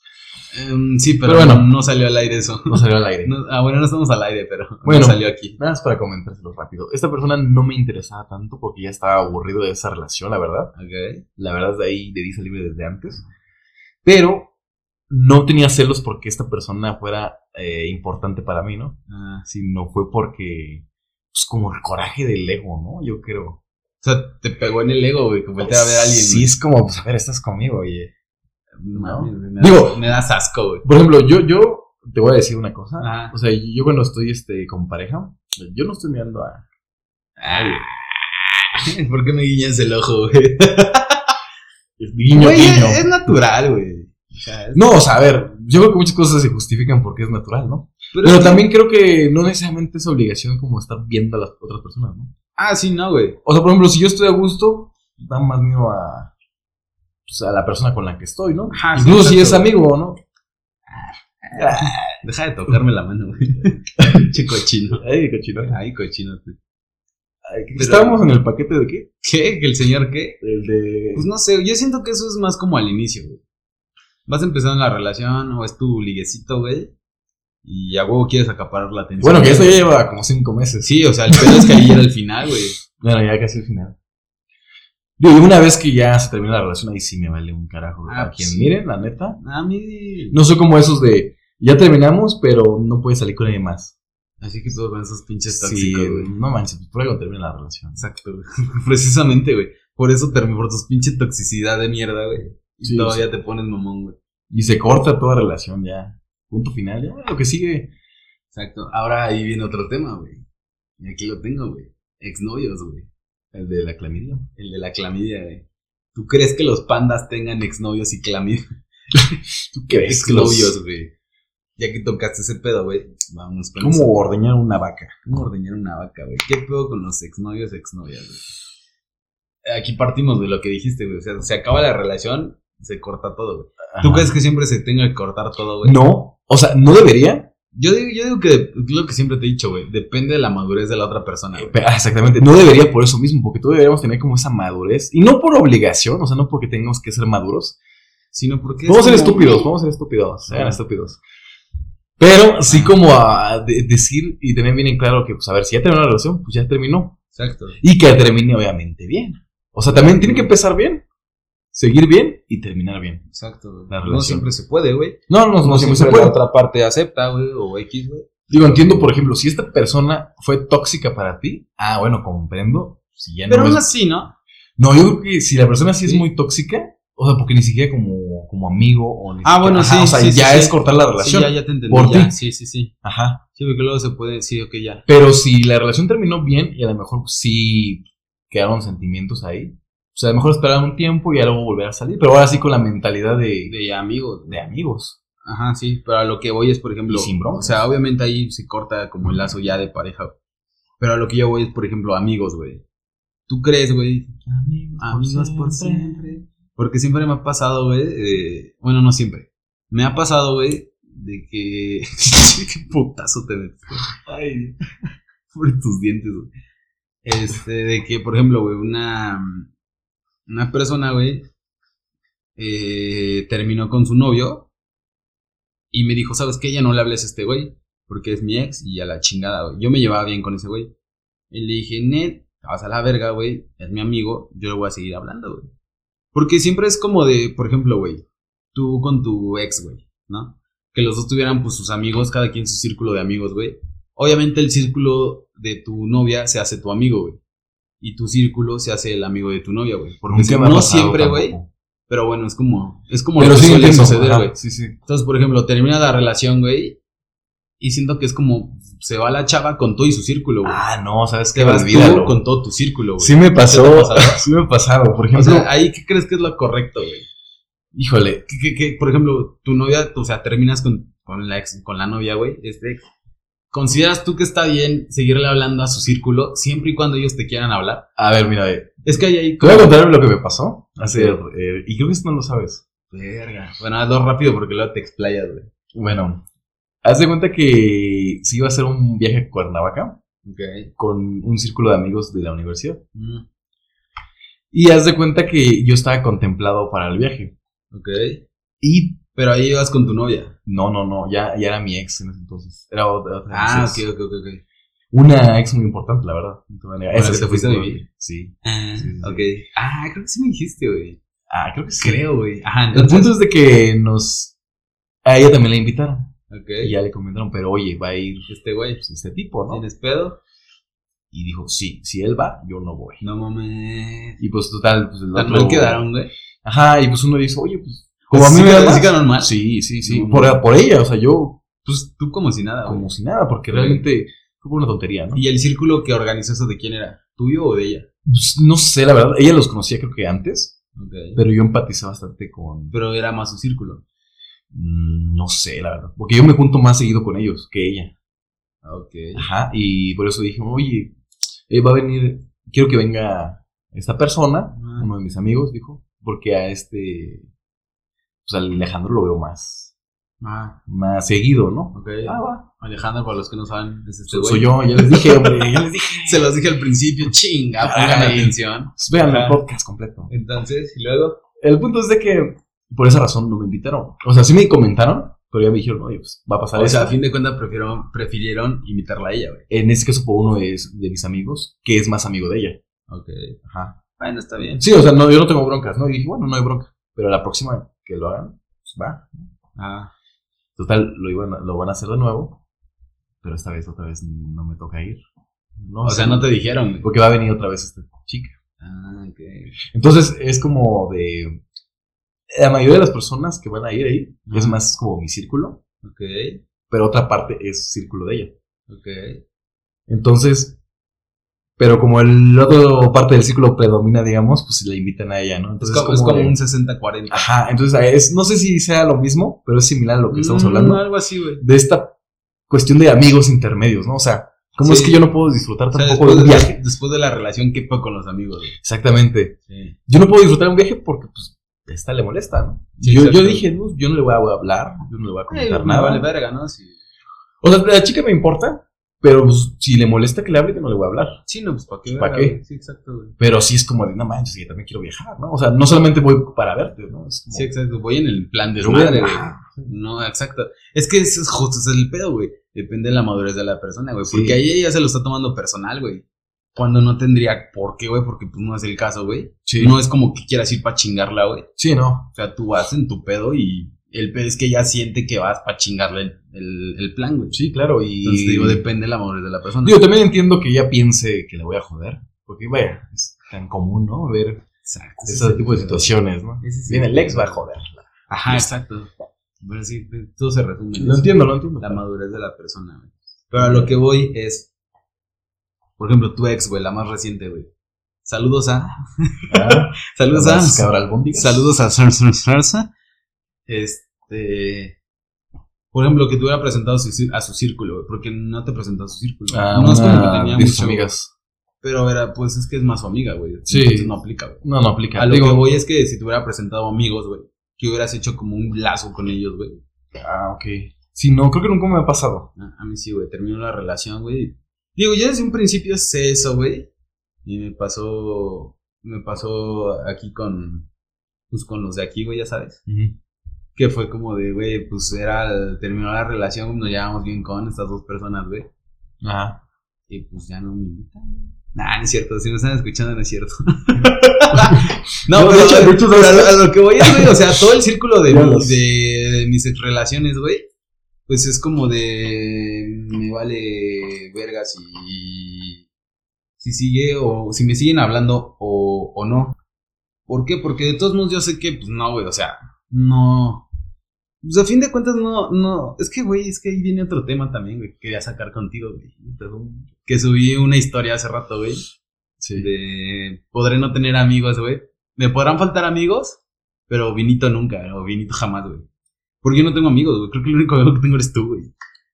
Em, sí, pero, Pero bueno. no, no salió al aire eso. No salió al aire. No- ah, bueno, no estamos al aire, pero Bueno. no salió aquí. Nada más para comentárselo rápido. Esta persona no me interesaba tanto porque ya estaba aburrido de esa relación, la verdad. Ok. La verdad, de ahí le di libre desde antes. Pero no tenía celos porque esta persona fuera eh, importante para mí, ¿no? Ah, Sino fue porque. Pues como el coraje del ego, ¿no? Yo creo. o sea, te pegó en el ego, güey, que volteé a ver a alguien. Sí, es como, pues a ver, estás conmigo, oye. No mames, güey, me Digo- das- me das asco, güey. Por ejemplo, yo, yo te voy a decir una cosa. Ajá. O sea, yo cuando estoy este, con pareja, yo no estoy mirando a. Ay, güey. ¿Por qué me guiñas el ojo, güey? Guiño, Güey, guiño. es, es natural, güey. O sea, es- No, o sea, a ver, yo creo que muchas cosas se justifican porque es natural, ¿no? Pero, es que- también creo que no necesariamente es obligación como estar viendo a las otras personas, ¿no? Ah, sí, no, güey. O sea, por ejemplo, si yo estoy a gusto, da más miedo a, pues, a la persona con la que estoy, ¿no? Ajá, sí, Incluso si exacto. es amigo o no. Deja de tocarme la mano, güey. che cochino. Ay, cochino. Ay, cochino. tú. Pero- ¿Estábamos en el paquete de qué? ¿Qué? ¿Que el señor qué? El de... Pues no sé, yo siento que eso es más como al inicio, güey. Vas empezando la relación o es tu liguecito, güey. Y a huevo quieres acaparar la atención. Bueno, que esto ya lleva como cinco meses. Sí, o sea, el pedo es que ahí era el final, güey. Bueno, ya casi el final. Digo, y una vez que ya se termina la relación, ahí sí me vale un carajo. Ah, a quien sí. miren, la neta. A mí... No soy como esos de ya terminamos, pero no puedes salir con nadie más. Así que todo con esos pinches Sí, tóxicos, güey. no manches, pues por algo termina la relación. Exacto, güey. Precisamente, güey. Por eso terminó, por tus pinche toxicidad de mierda, güey. Y Sí, todavía te pones mamón, güey. Y se corta toda relación ya. Punto final, ya. Lo que sigue. Exacto. Ahora ahí viene otro tema, güey. Y aquí lo tengo, güey. Exnovios, güey. El de la clamidia. El de la clamidia, güey. ¿Tú crees que los pandas tengan exnovios y clamidia? ¿Tú crees que los- Exnovios, güey. Ya que tocaste ese pedo, güey. Vamos con ¿Cómo eso. ordeñar una vaca? ¿Cómo ordeñar una vaca, güey? ¿Qué pedo con los exnovios, exnovias, güey? Aquí partimos de lo que dijiste, güey. O sea, se acaba la relación, se corta todo, güey. ¿Tú Ajá. crees que siempre se tenga que cortar todo, güey? No. O sea, no debería. Yo digo, yo digo que es lo que siempre te he dicho, güey. Depende de la madurez de la otra persona, güey. Pero, ah, Exactamente, no debería por eso mismo, porque todos deberíamos tener como esa madurez, y no por obligación, o sea, no porque tengamos que ser maduros, Sino porque. es Vamos a ser como- estúpidos, vamos a ser estúpidos, sean Ajá. estúpidos. Pero sí como a de- decir y tener bien en claro que, pues a ver, si ya terminó la relación, pues ya terminó. Exacto. Y que termine obviamente bien. O sea, también tiene que empezar bien, seguir bien y terminar bien. Exacto, güey. La No relación. siempre se puede, güey. No, no, no, No siempre siempre se puede. la otra parte acepta, güey, o X, güey. Digo, entiendo, por ejemplo, si esta persona fue tóxica para ti, ah, bueno, comprendo. Si ya no, Pero es- aún así, ¿no? no, yo creo que si la persona sí es Sí. muy tóxica, o sea, porque ni siquiera como, como amigo o ni Ah, siquiera- bueno, ajá, sí, O sea, sí, sí, ya sí. es cortar la relación. Sí, ya, ya te entendí. Por ya. ti. Sí, sí, sí. Ajá. Sí, porque luego se puede decir, ok, ya. Pero si la relación terminó bien y a lo mejor pues, sí quedaron sentimientos ahí, o sea, a lo mejor esperar un tiempo y ya luego volver a salir, pero ahora sí con la mentalidad de, de, De amigos, güey. de amigos. Ajá, sí. Pero a lo que voy es, por ejemplo. Y pues. sin broncas. O sea, obviamente ahí se corta como el lazo ya de pareja, güey. Pero a lo que yo voy es, por ejemplo, amigos, güey. ¿Tú crees, güey, Amigos, Amigos por siempre. Porque siempre me ha pasado, güey. eh, bueno, no siempre. Me ha pasado, güey, de que. ¡Qué putazo te metes! güey, Ay, Por tus dientes, güey. Este, de que, por ejemplo, güey, una. Una persona, güey. eh, terminó con su novio. Y me dijo, ¿sabes qué? Ya no le hables a este güey. Porque es mi ex y a la chingada, güey. Yo me llevaba bien con ese güey. Y le dije, Ned, te vas a la verga, güey. Es mi amigo. Yo le voy a seguir hablando, güey. Porque siempre es como de, por ejemplo, güey, tú con tu ex, güey, ¿no? Que los dos tuvieran pues sus amigos, cada quien su círculo de amigos, güey. Obviamente el círculo de tu novia se hace tu amigo, güey. Y tu círculo se hace el amigo de tu novia, güey. Porque si- no siempre, güey. Pero bueno, es como, es como Pero lo que sí suele entiendo, suceder, ajá, güey. Sí, sí. Entonces, por ejemplo, termina la relación, güey. Y siento que es como se va la chava con todo y su círculo, güey. Ah, no, sabes Te qué, vas olvídalo. tú con todo tu círculo, güey. Sí me ¿Qué te ha pasó, pasado? sí me pasaron, por o ejemplo, sea, ahí qué crees que es lo correcto, güey. híjole, que, que- que, por ejemplo, tu novia, o sea, terminas con, con la ex, con la novia, güey, este, ¿consideras tú que está bien seguirle hablando a su círculo siempre y cuando ellos te quieran hablar? a ver, mira, eh, Es que hay ahí te voy a contar lo que me pasó hace, Ok. eh, y creo que esto no lo sabes. Verga. Bueno, hazlo rápido porque luego te explayas, güey. Bueno, haz de cuenta que si iba a hacer un viaje a Cuernavaca, Ok. Mm. con un círculo de amigos de la universidad. Y haz de cuenta que yo estaba contemplado para el viaje. Ok. Y, pero ahí ibas con tu novia. No, no, no, ya, ya era mi ex en ese entonces. Era otra, otra Ah, ex. ok, ok, ok. ok. Una ex muy importante, la verdad. No te voy a negar. Con la Esa que sí te fue fuiste a muy- vivir. Sí. Ah, Sí, sí, sí. ok. Ah, creo que sí me dijiste, güey. Ah, creo que sí. Creo, güey. Ajá, El entonces. punto es de que nos... A ella también la invitaron. Ok. Y ya le comentaron, pero oye, va a ir Este güey. pues, este tipo, ¿no? ¿Tienes pedo? Y dijo, sí, si él va, yo no voy. No mames. Y pues total, pues el Tan otro- mal quedaron, güey. Ajá, y pues uno dice, oye, pues... Como a mí me da- quedaron, sí quedaron mal. Sí, sí, sí. No, por, no. por ella, o sea, yo Pues tú como si nada, güey. como si nada, porque realmente fue por una tontería, ¿no? ¿Y el círculo que organizó eso de quién era? ¿Tuyo o de ella? Pues, no sé, la verdad, ella los conocía creo que antes, Ok. pero yo empaticé bastante con... Pero era más su círculo. mm, No sé, la verdad, porque yo me junto más seguido con ellos que ella. Ah, Ok. Ajá, y por eso dije, oye, eh, va a venir, quiero que venga esta persona, Ah. uno de mis amigos, dijo, porque a este, pues al Alejandro lo veo más, Ah, más seguido, ¿no? ok. Ah, va. Alejandro, para los que no saben, es este Soy, güey. yo, ya les dije, hombre, ya les dije. Se los dije al principio, chinga, pongan Ay. atención. Pues vean el Ajá. podcast completo. Entonces, y luego. El punto es de que por esa razón no me invitaron. O sea, sí me comentaron, pero ya me dijeron, oye, pues va a pasar O sea, a esto". fin de cuentas prefirieron, prefirieron imitarla a ella, güey. En este caso fue uno de, de mis amigos que es más amigo de ella. Ok. Ajá. Bueno, está bien. Sí, o sea, no, yo no tengo broncas, ¿no? Y dije, bueno, no hay bronca. Pero la próxima que lo hagan, pues va. Ah, Total, lo, iban a- lo van a hacer de nuevo. Pero esta vez, otra vez, no me toca ir. No, o sea, no te dijeron, güey. Porque va a venir otra vez esta chica. Ah, ok. Entonces, es como de... La mayoría de las personas que van a ir ahí es Ajá. más como mi círculo, Ok. pero otra parte es círculo de ella. Ok. Entonces, pero como el otro parte del círculo predomina, digamos, pues la invitan a ella, ¿no? Es Entonces como, es como de- un 60-40. Ajá, entonces es, no sé si sea lo mismo, pero es similar a lo que estamos Mm, hablando. Algo así, güey. De esta cuestión de amigos intermedios, ¿no? O sea, ¿cómo Sí. es que yo no puedo disfrutar O sea, tampoco de después, un de viaje? la, después de la relación, ¿qué fue con los amigos, güey? Exactamente. Sí. Yo no puedo disfrutar un viaje porque, pues, a esta le molesta, ¿no? Sí, yo, yo exacto. dije, no, yo no le voy a hablar, yo no le voy a comentar me nada. vale verga, ¿no? Sí. O sea, la chica me importa, pero pues, si le molesta que le hable, yo no le voy a hablar. Sí, no, pues ¿para qué? ¿Pa' verga, qué? güey? Sí, exacto, güey. Pero sí es como de, no manches, yo también quiero viajar, ¿no? O sea, no solamente voy para verte, ¿no? Es como, ah, Sí, exacto. Voy en el plan yo voy a- desmadre, güey. Ajá. No, exacto. Es que eso es justo ese es el pedo, güey. Depende de la madurez de la persona, güey. Sí. Porque ahí ella se lo está tomando personal, güey. Cuando no tendría por qué, güey, porque pues no es el caso, güey. Sí. No es como que quieras ir para chingarla, güey. sí, no. O sea, tú vas en tu pedo y el pedo es que ella siente que vas para chingarle el, el- el plan, güey. Sí, claro, y... Entonces, te digo, depende de la madurez de la persona. Digo, también entiendo que ella piense que le voy a joder, porque, vaya, es tan común, ¿no? Ver exacto. ese es ese el tipo de pedo. situaciones, ¿no? Ese es Bien, el ex va a pedo. joderla. Ajá, exacto. Pero sí, todo se resume. en Lo eso. entiendo, lo entiendo. la madurez de la persona, güey. Pero a lo que voy es, por ejemplo, tu ex, güey, la más reciente, güey. Saludos a. Ah, Saludos a. además, cabra albóndigas. Saludos a Sar- Sar- Sarsa. Este. Por ejemplo, que te hubiera presentado a su cír- a su círculo, güey, porque no te presentó a su círculo. güey. Ah, no es como que una tenía de sus mucho, amigas. Pero era, pues es que es más su amiga, güey. Sí. Entonces no aplica, güey. No, no aplica. A lo Digo, que voy es que si te hubiera presentado amigos, güey, que hubieras hecho como un lazo con ellos, güey. Ah, ok. Sí, no, creo que nunca me ha pasado. A a mí sí, güey, terminó la relación, güey. Digo, yo desde un principio sé eso, güey. Y me pasó, me pasó aquí con, pues con los de aquí, güey, ya sabes. Que fue como de, güey, pues era, el- terminó la relación, nos llevamos bien con estas dos personas, güey. Ajá. Y pues ya no me invitan. Nah, no es cierto, si me están escuchando no es cierto. no, No, pero, de hecho- de hecho, pero ¿sabes a, lo, a lo que voy es, güey, o sea, todo el círculo de, Ya mi- los- de, de mis relaciones, güey, pues es como de, me vale verga si, si sigue o si me siguen hablando o, o no. ¿Por qué? Porque de todos modos yo sé que, pues no, güey, o sea, no. Pues a fin de cuentas, no, no. Es que, güey, es que ahí viene otro tema también, güey, que quería sacar contigo, güey. Que subí una historia hace rato, güey, Sí. de podré no tener amigos, güey. Me podrán faltar amigos, pero vinito nunca, o vinito jamás, güey. Porque yo no tengo amigos, güey. Creo que el único amigo que tengo eres tú, güey.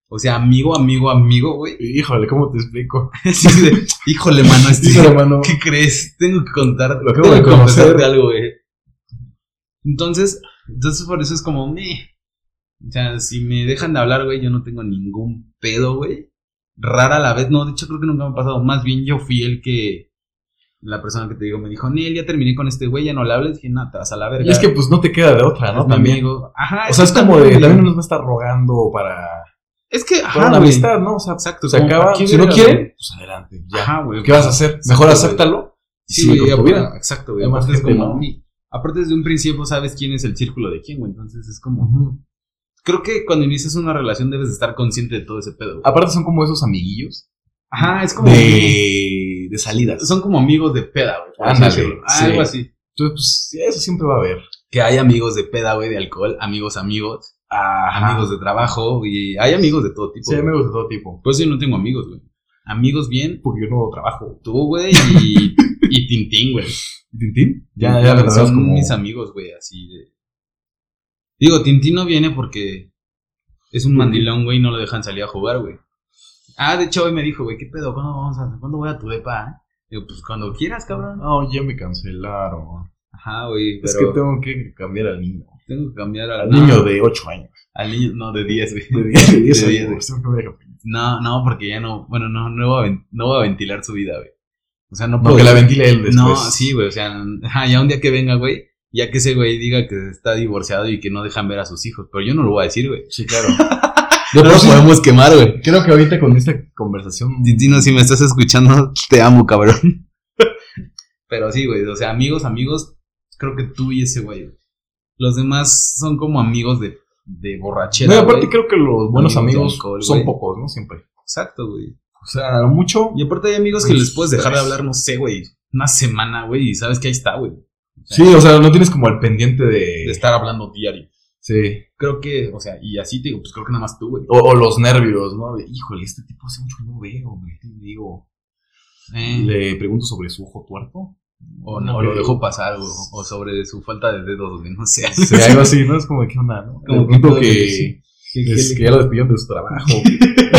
O sea, amigo, amigo, amigo, güey. Híjole, ¿cómo te explico? Así de, Híjole, mano, este. Híjole, hermano. ¿Qué crees? Tengo que contarte. Lo acabo tengo de que conocer. confesarte algo, güey. Entonces, entonces por eso es como, me. O sea, si me dejan de hablar, güey, yo no tengo ningún pedo, güey. Rara la vez, no, de hecho creo que nunca me ha pasado. Más bien yo fui el que. La persona que te digo me dijo, Neil, ya terminé con este güey, ya no le hables. Dije, no, te vas a la verga. Y es que pues no te queda de otra, Es ¿no? mi También. amigo. Ajá. O sea, es que como de, también- también no nos va a estar rogando para, Es que, para ajá, una güey. amistad, ¿no? O sea, Exacto. se como, ¿a acaba. quién Si no verga, güey? quieren, pues adelante, ya. Ajá, güey. ¿Qué vas a hacer? Exacto, Mejor güey. acéptalo y Sí, sigue güey, con tu aparte- vida. Exacto, güey. Hay más Aparte, es gente, como, ¿no? ni- aparte desde un principio sabes quién es el círculo de quién, güey. Entonces es como... Creo que cuando inicias una relación debes estar consciente de todo ese pedo. güey. Aparte son como esos amiguillos Ajá, es como... de, de salidas. Son como amigos de peda, güey. por Ándale, así decirlo. sí. Algo así. Entonces, pues eso siempre va a haber. Que hay amigos de peda, güey, de alcohol, amigos, amigos, Ajá. amigos de trabajo, y hay amigos de todo tipo. Sí, hay güey. amigos de todo tipo. Pues yo no tengo amigos, güey. Amigos bien, Porque yo no trabajo. tú, güey, y, y Tintín, güey. ¿Tintín? Ya, ya, Tintín, la Son como... mis amigos, güey, así de... Digo, Tintín no viene porque es un mandilón, güey, y no lo dejan salir a jugar, güey. Ah, de hecho, hoy me dijo, güey, ¿qué pedo? ¿Cuándo, vamos a, ¿cuándo voy a tu depa? eh? Digo, pues cuando quieras, cabrón. No, ya me cancelaron. Ajá, güey, pero Es que tengo que cambiar al niño. tengo que cambiar Al al niño de 8 años. Al niño, no, de 10, De güey. 10, de 10 De años. 10, güey. Tengo que cambiar a- No, no, porque ya no, bueno, no, no voy a, ven- no voy a ventilar su vida, güey. O sea, no No, puedo... que la ventile él después. No, sí, güey, o sea, ajá, ya un día que venga, güey, ya que ese güey diga que está divorciado y que no dejan ver a sus hijos, pero yo no lo voy a decir, güey. Sí, claro. No creo lo que- podemos quemar, güey. Creo que ahorita con esta conversación... Tintino, si me estás escuchando, te amo, cabrón. Pero sí, güey, o sea, amigos, amigos, creo que tú y ese güey. güey. Los demás son como amigos de, de borrachera, No, y aparte güey. creo que los buenos Amigos de amigos alcohol, son güey. pocos, ¿no? Siempre. Exacto, güey. O sea, a lo mucho... Y aparte hay amigos que les puedes dejar de hablar, no sé, güey, una semana, güey, y sabes que ahí está, güey. Sí, o sea, no tienes como el pendiente de... De estar hablando diario. Sí. Creo que, o sea, y así te digo, pues creo que nada más tú, güey. O, o los nervios, ¿no? De, híjole, este tipo hace mucho que no veo, güey. ¿Qué le digo? Eh. Le pregunto sobre su ojo tuerto. O no, No, lo yo- dejó pasar, o, o sobre su falta de dedos, güey, no sé. Sí, algo así, ¿no? Es como, ¿qué onda, no? Como Como que, que- que, es que ya lo despidieron de su trabajo.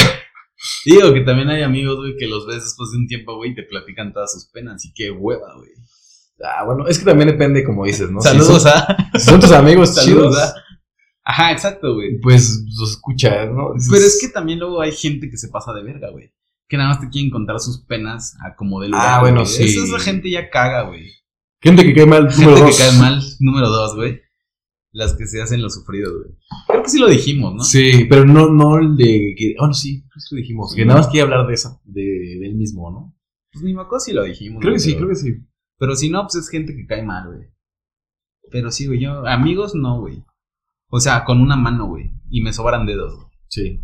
Digo que también hay amigos, güey, que los ves después de un tiempo, güey, y te platican todas sus penas, y qué hueva, güey. ah, bueno, es que también depende, como dices, ¿no? Si saludos son- a... si son, tus amigos Saludos chidos, a- Ajá, exacto, güey. pues los escuchas, ¿no? Dices, Pero es que también luego hay gente que se pasa de verga, güey. Que nada más te quieren contar sus penas a como de lugar. Ah, bueno, güey. sí. Esa, esa gente ya caga, güey. Gente que cae mal, número Gente que dos. cae mal, número dos, güey. Las que se hacen los sufridos, güey. Creo que sí lo dijimos, ¿no? Sí, pero no, no el de que, bueno, sí, eso lo dijimos, que nada más quiere hablar de esa, de, de él mismo, ¿no? Pues ni me acuerdo si lo dijimos. Creo güey, que sí, pero- creo que sí. Pero si no, pues es gente que cae mal, güey. Pero sí, güey, yo... Amigos, no, güey. O sea, con una mano, güey. Y me sobran dedos, güey. Sí.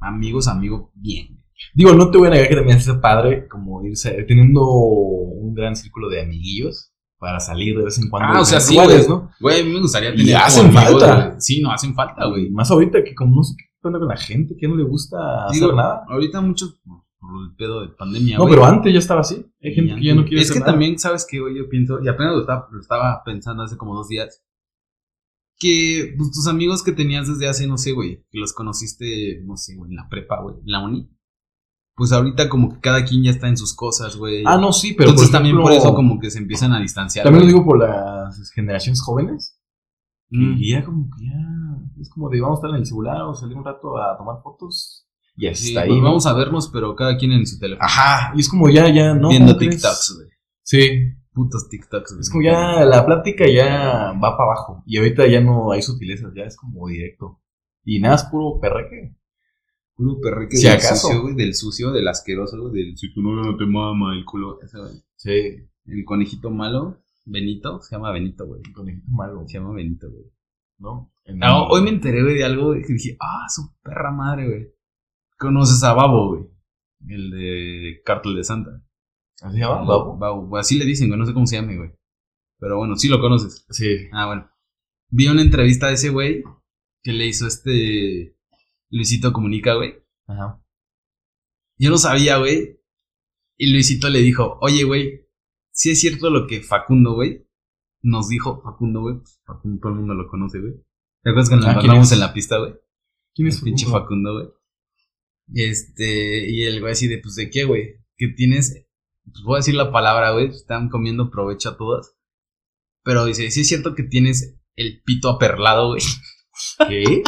Amigos, amigo, bien. Digo, no te voy a negar que también es padre como irse teniendo un gran círculo de amiguillos para salir de vez en cuando. Ah, de o sea, diferentes sí, lugares, güey. Güey, a mí me gustaría Y tener... como hacen falta. güey. Sí, no, hacen falta, ¿no? güey. Y más ahorita que como no sé qué onda con la gente, que no le gusta Digo, hacer nada. Ahorita muchos por, por el pedo de pandemia, No, güey. pero antes ya estaba así. Hay gente que ya no quiere Es hacer que nada. también, ¿sabes qué? güey? Yo pienso, y apenas lo estaba, lo estaba pensando hace como dos días, que pues, tus amigos que tenías desde hace, no sé, güey, que los conociste, no sé, güey, en la prepa, güey, en la uni, pues ahorita como que cada quien ya está en sus cosas, güey. Ah, no, sí, pero Entonces por también ejemplo, por eso como que se empiezan a distanciar. También lo güey. digo por las generaciones jóvenes. que Mm. ya como que ya... Es como de vamos a estar en el celular o salir un rato a tomar fotos. Y así Sí, está ahí. pues, ¿no? vamos a vernos, pero cada quien en su teléfono. Ajá. Y es como ya, ya, ¿no? viendo ¿Cómo crees? TikToks, güey. Sí. Putos TikToks, güey. Es como ya la plática ya va para abajo y ahorita ya no hay sutilezas, ya es como directo. Y nada, es puro perreque. Puro perreque Si del acaso. sucio, güey, del sucio, del asqueroso, güey, del si tu novio no te mama el culo, ese, güey. Sí, El conejito malo, Benito, se llama Benito, güey. el conejito malo, Se llama Benito, güey. ¿no? En- Ah, hoy me enteré, güey, de algo güey, que dije, ah, su perra madre, güey. Conoces a Babo, güey. El de Cártel de Santa. ¿Así se llama? Babo. Babo, güey, así le dicen, güey, no sé cómo se llame, güey. Pero bueno, sí lo conoces. Sí. Ah, bueno. Vi una entrevista de ese güey que le hizo este Luisito Comunica, güey. Ajá. Yo no sabía, güey. Y Luisito le dijo, oye, güey, si es cierto lo que Facundo, güey, nos dijo Facundo, güey. pues, Facundo todo el mundo lo conoce, güey. ¿Te acuerdas cuando Ah, nos ¿quién mandamos es? en la pista, güey? ¿Quién El es pinche Facundo? Facundo, güey. Este, y el güey así de, pues, ¿de qué, güey? ¿Qué tienes? Pues voy a decir la palabra, güey. pues, Están comiendo provecho a todas. Pero dice, si es cierto que tienes el pito aperlado, güey. ¿Qué?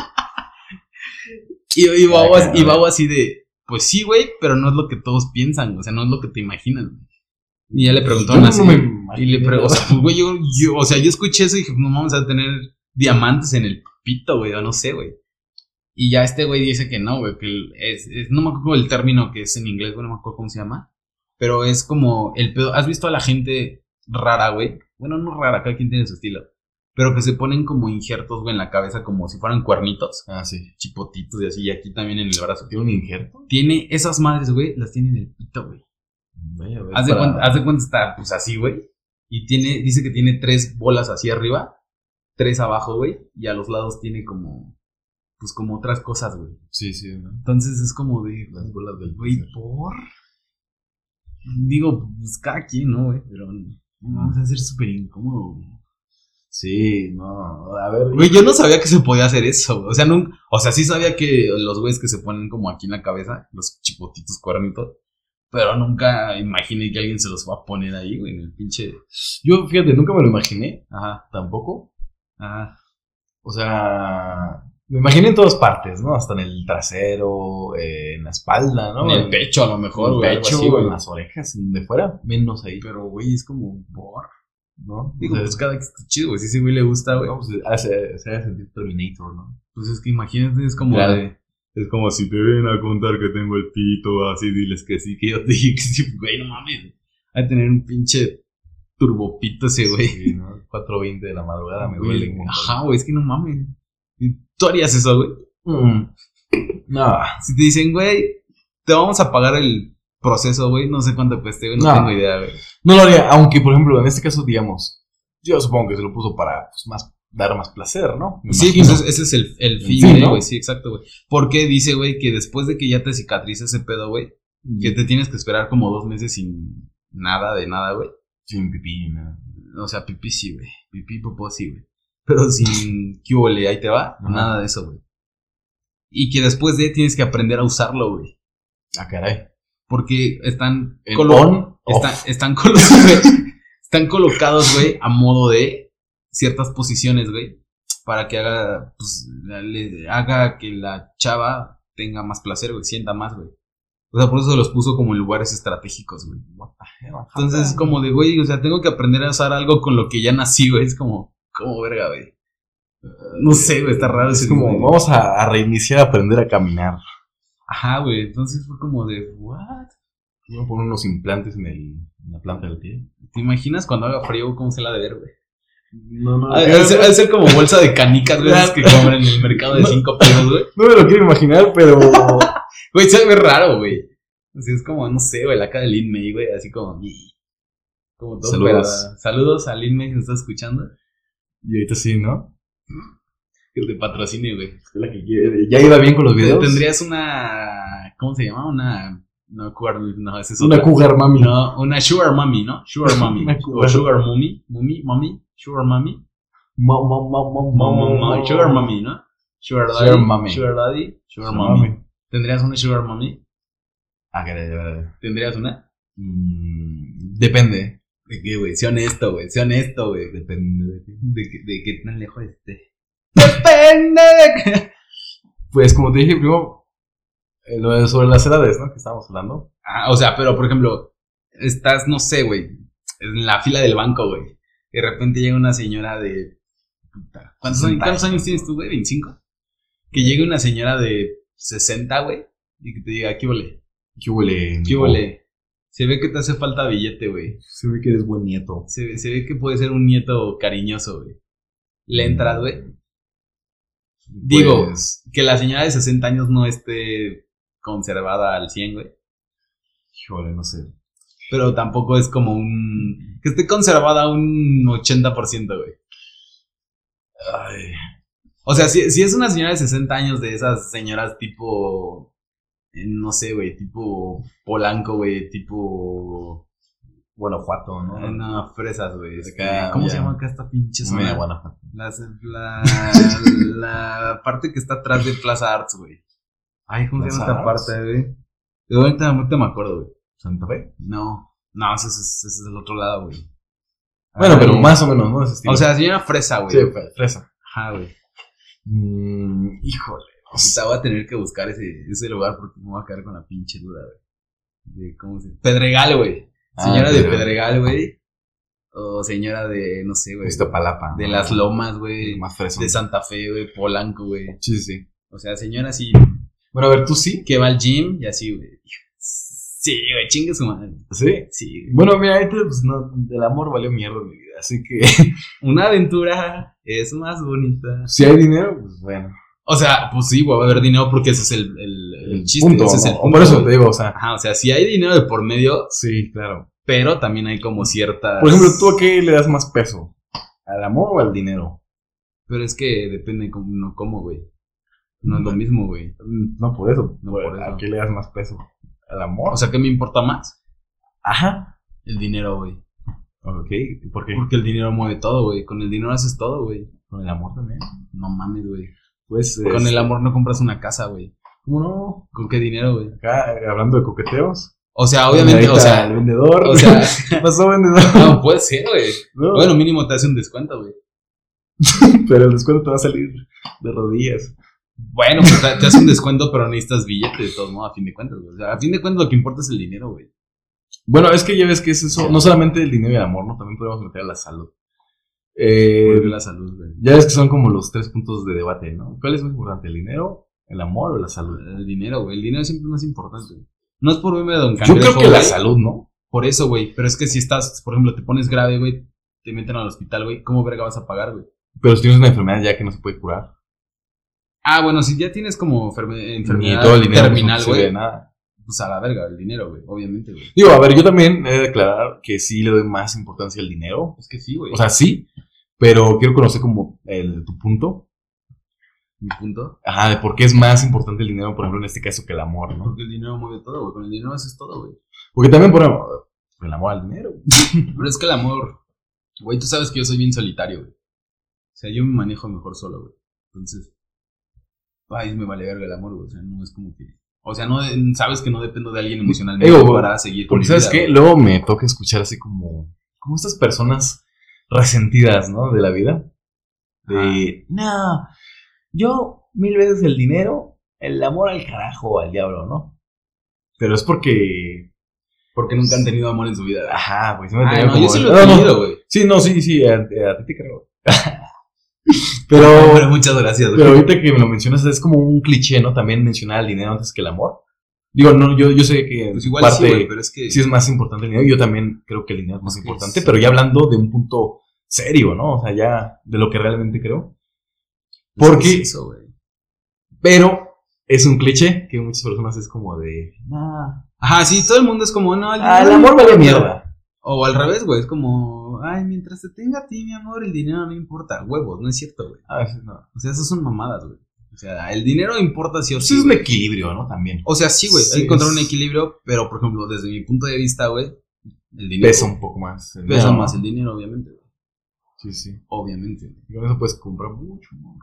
Y, y, Babo, y Ah, claro. Babo así de, pues sí, güey, pero no es lo que todos piensan, o sea, no es lo que te imaginan. güey". Y ya le preguntaron Yo no así. me imagino. y le pre- o sea, pues, güey, yo, yo- o sea, yo escuché eso y dije, no vamos a tener diamantes en el pito, güey, o no sé, güey. Y ya este güey dice que no, güey, que el- es, es- no me acuerdo el término que es en inglés, güey, no me acuerdo cómo se llama. Pero es como el pedo. ¿Has visto a la gente rara, güey? Bueno, no rara, cada quien tiene su estilo. Pero que se ponen como injertos, güey, en la cabeza, como si fueran cuernitos, Ah, sí. chipotitos y así, y aquí también en el brazo. ¿Tiene un injerto? Tiene esas madres, güey, las tiene en el pito, güey. Vaya, güey, Haz de, para- cuenta, haz de cuenta está pues así, güey. Y tiene, dice que tiene tres bolas así arriba, tres abajo, güey. Y a los lados tiene como, pues como otras cosas, güey. Sí, sí, ¿no? Entonces es como de, Las bolas del güey, láser. por. Digo, pues cada quien, ¿no, güey? Pero no, vamos a ser súper incómodo, güey. Sí, no. A ver. Güey, yo no sabía que se podía hacer eso, güey. O sea, nunca, o sea, sí sabía que los güeyes que se ponen como aquí en la cabeza, los chipotitos cuernitos, pero nunca imaginé que alguien se los va a poner ahí, güey, en el pinche. Yo, fíjate, nunca me lo imaginé Ajá, tampoco. ajá. O sea, me imaginé en todas partes, ¿no? Hasta en el trasero, eh, en la espalda, ¿no? en el pecho a lo mejor, En el güey. algo pecho, así, güey. en las orejas, en de fuera, menos ahí, Pero, güey, es como por. ¿no? Digo, O sea, pues cada que está chido, güey. Si ese güey le gusta, güey. no, pues, hace, se hace sentir Terminator, ¿no? Pues es que imagínate, es como. Claro. de- es como si te ven a contar que tengo el pito, así diles que sí, que yo te dije que sí, güey, no mames. A tener un pinche turbopito ese, güey. Sí, ¿no? 4.20 de la madrugada me Güey, duele. un montón. Ajá, güey, es que no mames. Y ¿Tú harías eso, güey? Mm. No, Si te dicen, güey, te vamos a pagar el proceso, güey, no sé cuánto cueste, güey, no, No. tengo idea, güey. no lo haría, aunque, por ejemplo, en este caso, digamos, yo supongo que se lo puso para pues, más, dar más placer, ¿no? Me Sí, imagino. pues es- ese es el, el fin, fin, de, ¿no? güey, sí, exacto, güey. Porque dice, güey, que después de que ya te cicatriza ese pedo, güey, que te tienes que esperar como dos meses sin nada de nada, güey. Sin pipí, nada. O sea, pipí sí, güey. Pipí, popó sí, güey. Pero sin que ole, ahí te va, Ajá. nada de eso, güey. Y que después de tienes que aprender a usarlo, güey. Ah, caray. Porque están, El colo- on, está- off. están, colo- están colocados, güey, a modo de ciertas posiciones, güey, para que haga, pues, la- le- haga que la chava tenga más placer, güey, sienta más, güey. O sea, por eso se los puso como en lugares estratégicos, güey. Entonces Ah, es como de, güey, o sea, tengo que aprender a usar algo con lo que ya nací, güey. Es como, como verga, güey. Eh, No sé, güey, está raro. Es ese como, nivel. vamos a, a reiniciar, a aprender a caminar. Ajá, güey. Entonces fue como de, what? Voy a poner unos implantes en, el, en la planta del pie. ¿Te imaginas cuando haga frío cómo se la ha de ver, güey? No, no. Ha ha de ser, ha de ser Ah, como bolsa de canicas, güey, esas que compran en el mercado de No. 5 pesos, güey. No me lo quiero imaginar, pero. Güey, se ve raro, güey. Así es como, no sé, güey, la cara de Lin May, güey, así como... como todo Saludos. operada. Saludos a Lin May si nos está escuchando. y ahorita sí, ¿no? Que te patrocine, güey. Es la que quiere- ya iba bien con los videos. Tendrías una... ¿Cómo se llama? Una... No, cugar- no, esa es una otra. cougar mami. No, una sugar mommy, ¿no? Sugar mommy. Una o cougar. sugar mommy. Mommy, mommy. Sugar mommy. Ma- ma- ma- ma- ma- Mom, mom, ma- mom, Sugar mommy, ¿no? Sugar daddy. Oh. Sugar mommy. Sugar daddy. Sugar Sugar mommy. mami. ¿Tendrías una sugar mommy? Ah, caray, de verdad. ¿Tendrías una? Mm, depende. ¿De qué, güey? Sé honesto, güey. Sé honesto, güey. De, Depende de qué. que- de qué tan lejos esté. ¡Depende de qué! Pues como te dije primero, eh, lo de- sobre las edades, ¿no? Que estábamos hablando. Ah, o sea, pero por ejemplo, estás, no sé, güey, en la fila del banco, güey. Y de repente llega una señora de. puta, ¿Cuántos, años, 60 cuántos años años, tienes tú, güey? ¿25? Que llegue una señora de 60, güey, y que te diga, ¿qué ole? ¿Qué huele? ¿Qué ole? Se ve que te hace falta billete, güey. Se ve que eres buen nieto. Se, ve- se ve que puede ser un nieto cariñoso, güey. Le entras, güey. Digo, Pues, que la señora de 60 años no esté conservada al 100, güey. híjole, no sé. Pero tampoco es como un... Que esté conservada a un 80%, güey. Ay, O sea, si, si es una señora de 60 años de esas señoras tipo... eh, No sé, güey, tipo Polanco, güey, tipo... Guanajuato, ¿no? eh, No, fresas, güey. este, Acá, ¿Cómo ya. se llama acá esta pinche Media zona? Guanajuato. Las- La, la parte que está atrás de Plaza Arts, güey. Ay, ¿cómo se Plaza llama esta Arts. parte, güey? De ahorita, ahorita me acuerdo, güey. Santa Fe. No, no, ese es, ese es del otro lado, güey. Bueno, Ay, pero más o menos, ¿no? Ese estilo. O sea, señora fresa, güey. sí, fre- fresa. Ajá, güey. Mm, híjole. O sea, voy a tener que buscar ese, ese lugar porque me voy a quedar con la pinche duda, güey. De cómo se... Pedregal, güey. Ah, Señora de pero- Pedregal, güey. O señora de, no sé, güey. Iztapalapa. De ¿no? las lomas, güey. Más fresón. De Santa Fe, güey. Polanco, güey. Sí, sí. O sea, señora así Bueno, a ver, tú sí. que va al gym y así, güey. Sí, güey, chingue su madre. Sí. Sí, güey. Bueno, mira, ahorita pues, no, el amor valió mierda en mi vida, así que Una aventura es más bonita. si hay dinero, pues bueno. O sea, pues sí, güey, va a haber dinero porque ese es el, el, el chiste. punto, ese es el ¿no? punto, Por eso güey. te digo, o sea, Ajá, o sea, si hay dinero de por medio, sí, claro. pero también hay como ciertas. Por ejemplo, ¿tú a qué le das más peso? ¿Al amor o al dinero? Pero es que depende cómo, no cómo, güey. No es lo mismo, güey. Mm. No por eso, No por- por ¿a eso. qué le das más peso? ¿Al amor? O sea, ¿qué me importa más? ajá. El dinero, güey. Ok, ¿por qué? Porque el dinero mueve todo, güey. Con el dinero haces todo, güey. Con el amor también. No mames, güey. Pues, Con es- el amor no compras una casa, güey. uno, ¿Con qué dinero, güey? acá eh, hablando de coqueteos. O sea, obviamente, Ahorita o sea, El vendedor. o sea, ¿Qué pasó, vendedor? no puede ser, güey. No, Bueno, mínimo te hace un descuento, güey. pero el descuento te va a salir de rodillas. Bueno, pues te, te hace un descuento, pero necesitas billetes de todos modos, a fin de cuentas, güey. O sea, a fin de cuentas lo que importa es el dinero, Eh, güey. Bueno, es que ya ves que es eso, no solamente el dinero y el amor, ¿no? También podemos meter a la salud. Eh, Vuelve la salud, güey. ya ves que son como los tres puntos de debate, ¿no? ¿Cuál es más importante, el dinero, el amor o la salud? El dinero, güey. El dinero siempre es más importante. No es por verme de Don Yo Cangrejo, creo que la güey. salud, ¿no? Por eso, güey. Pero es que si estás, por ejemplo, te pones grave, güey, te meten al hospital, güey, ¿cómo verga vas a pagar, güey? Pero si tienes una enfermedad ya que no se puede curar, Ah, bueno, si ya tienes como enferme- ni enfermedad todo el dinero pues, no terminal, te sirve güey, de nada. pues a la verga, el dinero, güey, obviamente, güey. Digo, a ver, yo también he de declarar que sí le doy más importancia al dinero. Es que sí, güey. O sea, sí, pero quiero conocer como el, tu punto. mi punto. Ajá, de por qué es más importante el dinero, por ejemplo, en este caso, que el amor, ¿no? Porque el dinero mueve todo, güey. Con el dinero haces todo, güey. Porque también, por ejemplo, el amor al dinero. Pero es que el amor, güey, tú sabes que yo soy bien solitario, güey. O sea, yo me manejo mejor solo, güey. Entonces, ay, me vale verga el amor, güey. O sea, no es como que. O sea, no de- sabes que no dependo de alguien emocionalmente Ego, güey. para seguir con Porque, mi ¿sabes vida, qué? güey. Luego me toca escuchar así como, como estas personas resentidas, ¿no? De la vida. De, no, yo mil veces el dinero, el amor al carajo, al diablo, ¿no? Pero es porque, Porque nunca han tenido amor en su vida, güey. ajá, pues... me Ay, tenía no, yo como- sí lo he No, no, tenido, güey. Sí, no, sí, sí, a, a ti te creo. No, pero pero, muchas gracias, pero güey. ahorita que me lo mencionas es como un cliché, ¿no? También mencionar el dinero antes que el amor. Digo, no, yo, yo sé que en Pues tu igual sí, güey, pero es que. sí es más importante el dinero. Yo también creo que el dinero es más Sí, importante, sí. pero ya hablando de un punto serio, ¿no? O sea, ya de lo que realmente creo. ¿por es qué? eso, güey. Pero es un cliché que muchas personas es como de, nah, Ajá, sí, todo el mundo es como, no, ah, el dinero amor no vale importa. mierda. O al revés, güey, es como, ay, mientras te tenga a ti, mi amor, el dinero no importa. Huevos, no es cierto, güey. A veces no. O sea, esas son mamadas, güey. O sea, el dinero importa sí o Eso sí. Pues es un güey. equilibrio, ¿no? También. O sea, sí, güey, Sí, hay que encontrar es- un equilibrio, pero por ejemplo, desde mi punto de vista, güey, el dinero Pesa un poco más. el pesa dinero, más ¿no? el dinero, obviamente, güey. Sí, sí. Obviamente. güey. Y con eso puedes comprar mucho, ¿no?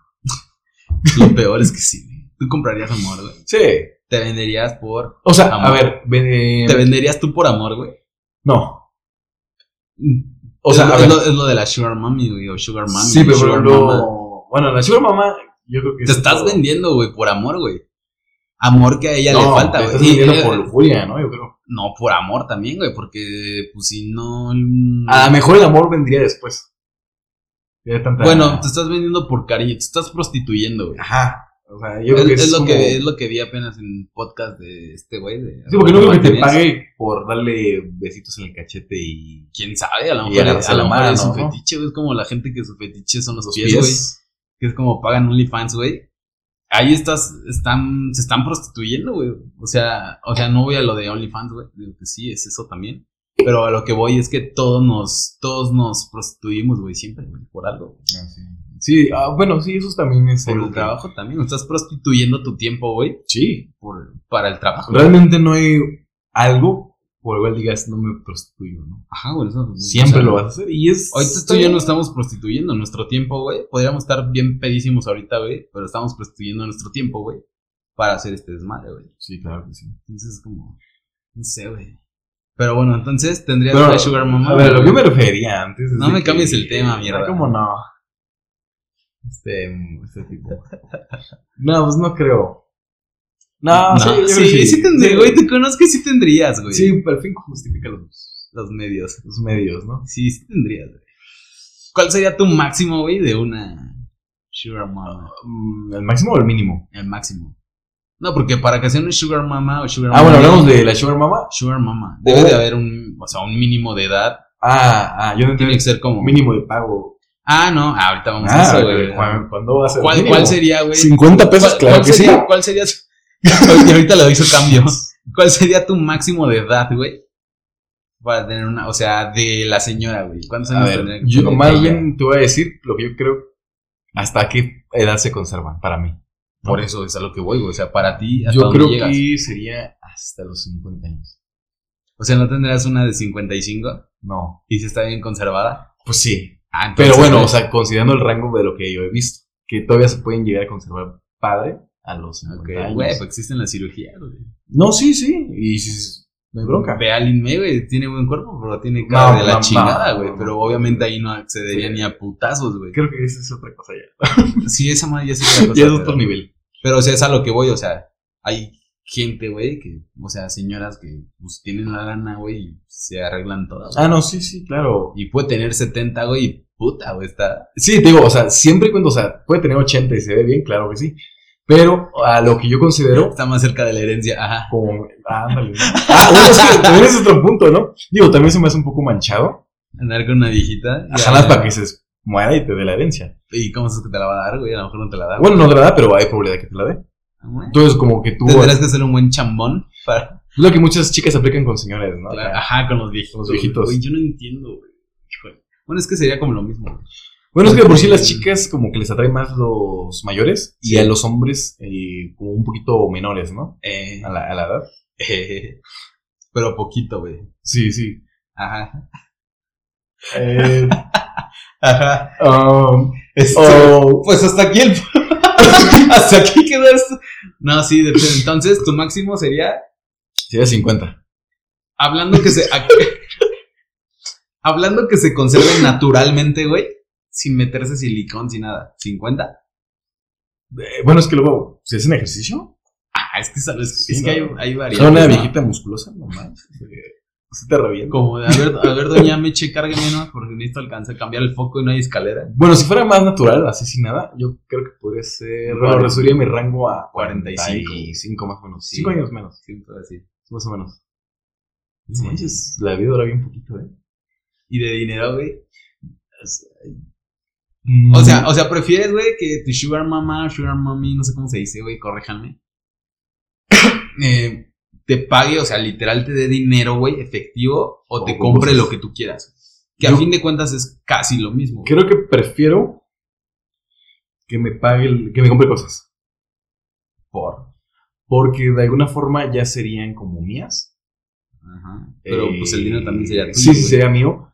Lo peor es que sí, güey. Tú comprarías amor, güey. Sí. Te venderías por. O sea, a Amor. ver, ve- eh, Te venderías tú por amor, güey. no. O O sea, sea, a es, ver. lo, es lo de la Sugar Mommy, güey, o Sugar Mommy. sí, pero por Sugar ejemplo, Mama. bueno, la sugar mamá, yo creo que Te es estás todo- vendiendo, güey, por amor, güey. Amor que a ella le No, falta, te güey. estás Sí, vendiendo ella- por lujuria, ¿no? Yo creo. No, por amor también, güey, porque pues si no... A lo mejor el amor vendría después. Ya tanta- Bueno, te estás vendiendo por cariño, te estás prostituyendo, güey. ajá. O sea, yo Es, creo que es lo como- que, es lo que vi apenas en podcast de este güey. de- Sí, porque no creo que te Martínez. pague por darle besitos en el cachete y Quién sabe, a lo Y mejor, agarrarse a lo la mejor mano, es su ¿no? fetiche, güey. Es como la gente que su fetiche son los, los pies, güey. pies. Que es como pagan OnlyFans, güey. Ahí estás, están, se están prostituyendo, güey. O sea, o sea, no voy a lo de OnlyFans, güey. Digo que sí, es eso también. Pero a lo que voy es que todos nos, todos nos prostituimos, güey, siempre, güey, por algo. Ah, sí, Sí, ah, bueno, sí, eso también es Por algo el que- trabajo también. Estás prostituyendo tu tiempo, güey, Sí, por, para el trabajo. realmente no hay algo por el cual digas no me prostituyo, ¿no? Ajá, güey, eso- Siempre o sea, lo vas a hacer y es... Ahorita tú y yo no estamos prostituyendo nuestro tiempo, güey. Podríamos estar bien pedísimos ahorita, güey, pero estamos prostituyendo nuestro tiempo, güey, para hacer este desmadre, güey. Sí, claro que sí. Entonces, como. No sé, güey. Pero bueno, entonces tendrías Pero, una Sugar Mama. a ver, lo que yo güey. me refería antes... es No de me que- cambies el tema, mierda. ¿Cómo no? Este, este tipo. No, pues no creo. No, No, Ah, sí, yo creo sí, que sí, tendría, güey. Te conozco y sí tendrías, güey. Sí, pero al fin justifica los... Los medios. Los medios, ¿no? Sí, sí tendrías, güey. ¿Cuál sería tu máximo, güey, de una Sugar Mama? Mm, ¿El máximo o el mínimo? El máximo. No, porque para que sea una Sugar Mama o Sugar Ah, bueno, Mommy- hablamos de la Sugar Mama. Sugar Mama. Debe Oh. de haber un, o sea, un mínimo de edad. Ah, ah, yo no Tiene entendí. que ser como. Mínimo de pago. Ah, no. ah, ahorita vamos a Ah, eso, güey, güey. ¿cuán- ¿Cuándo va a ser? ¿Cuál, mínimo? ¿Cuál sería, güey? 50 pesos, ¿Cuál- claro cuál que sí. sería- ¿Cuál sería su- y ahorita le doy su cambio. ¿Cuál sería tu máximo de edad, güey? Para tener una, o sea, de la señora, güey. ¿Cuántos A años ver, tendría que yo tener más ella? bien te voy a decir lo que yo creo. ¿Hasta qué edad se conservan para mí? Por eso es a lo que voy, güey. O sea, para ti, ¿hasta Yo dónde creo llegas? que sería hasta los 50 años. O sea, ¿no tendrás una de 55? No. ¿Y si está bien conservada? Pues sí. pues, Ah, Pero entonces, bueno, güey, o sea, considerando el rango de lo que yo he visto, que todavía se pueden llegar a conservar padre a los 50 ok, años. güey, pues existen las cirugías, güey. No, sí, sí. Y sí, sí, no hay bronca. Ve a Lin May, güey, tiene buen cuerpo, pero tiene cara No, de la no, chingada, no, güey. no. pero obviamente ahí no accedería ni a putazos, güey. Creo que esa es otra cosa ya. Sí, esa madre ya es otra cosa, ya es pero- otro nivel. Pero, o sea, es a lo que voy, o sea, hay gente, güey, que, o sea, señoras que, pues, tienen la lana, güey, y se arreglan todas. güey. Ah, no, sí, sí, claro. Y puede tener 70, güey, y puta, güey, está... Sí, te digo, o sea, siempre y cuando, o sea, puede tener 80 y se ve bien, claro que sí. Pero a lo que yo considero Está más cerca de la herencia, ajá. como... Ah, ándale. Ah, bueno, es que también es otro punto, ¿no? Digo, también se me hace un poco manchado. Andar con una viejita. y- Ah, Ojalá para que se muera y te dé la herencia. ¿Y cómo sabes que te la va a dar, güey? A lo mejor no te la da. güey. Bueno, no te la da, pero hay probabilidad que te la dé. Bueno, Entonces, como que tú... Tendrás que ser un buen chambón para... Es lo que muchas chicas aplican con señores, ¿no? Ajá, con los viejitos. Los viejitos. Güey, yo no entiendo, güey. Híjole. Bueno, es que sería como lo mismo. güey. Bueno, es que de por sí las chicas como que les atrae más los mayores y a los hombres eh, como un poquito menores, ¿no? Eh, A la, a la edad. eh, pero poquito, güey. Sí, sí. Ajá. Eh, Ajá. um, oh. Este- o- Pues hasta aquí el. hasta aquí quedó esto. No, sí, de- entonces tu máximo sería. sería 50. Hablando que se. a- hablando que se conserve naturalmente, güey. Sin meterse silicón, sin nada. ¿50? Eh, bueno, es que luego, si hacen ejercicio, Ah, es que sabes. Sí, es que hay, no. hay es variantes. una ¿no? viejita musculosa, nomás. Se te revienta. Como de, a ver, a ver, doña Meche, cárgueme, ¿no? Porque necesito alcanzar a cambiar el foco y no hay escalera. Bueno, si fuera más natural, así sin nada, yo creo que podría ser. Bueno, Cuarenta. resumiría mi rango a 45. 45 más o menos. Sí. 5 años menos, Siempre así. más o menos. No Sí. manches, la vida dura bien poquito, ¿eh? Y de dinero, güey. Mm. O sea, o sea, prefieres, güey, que tu sugar mama, sugar mommy, no sé cómo se dice, güey, corréjanme. eh, te pague, o sea, literal te dé dinero, güey, efectivo, o, O te con compre cosas. lo que tú quieras. Que a Yo- fin de cuentas es casi lo mismo. güey. Creo que prefiero que me pague, el- que me compre cosas. Por. Porque de alguna forma ya serían como mías. Ajá. Pero Eh, pues el dinero también sería tuyo. Sí, sí, güey. sería mío.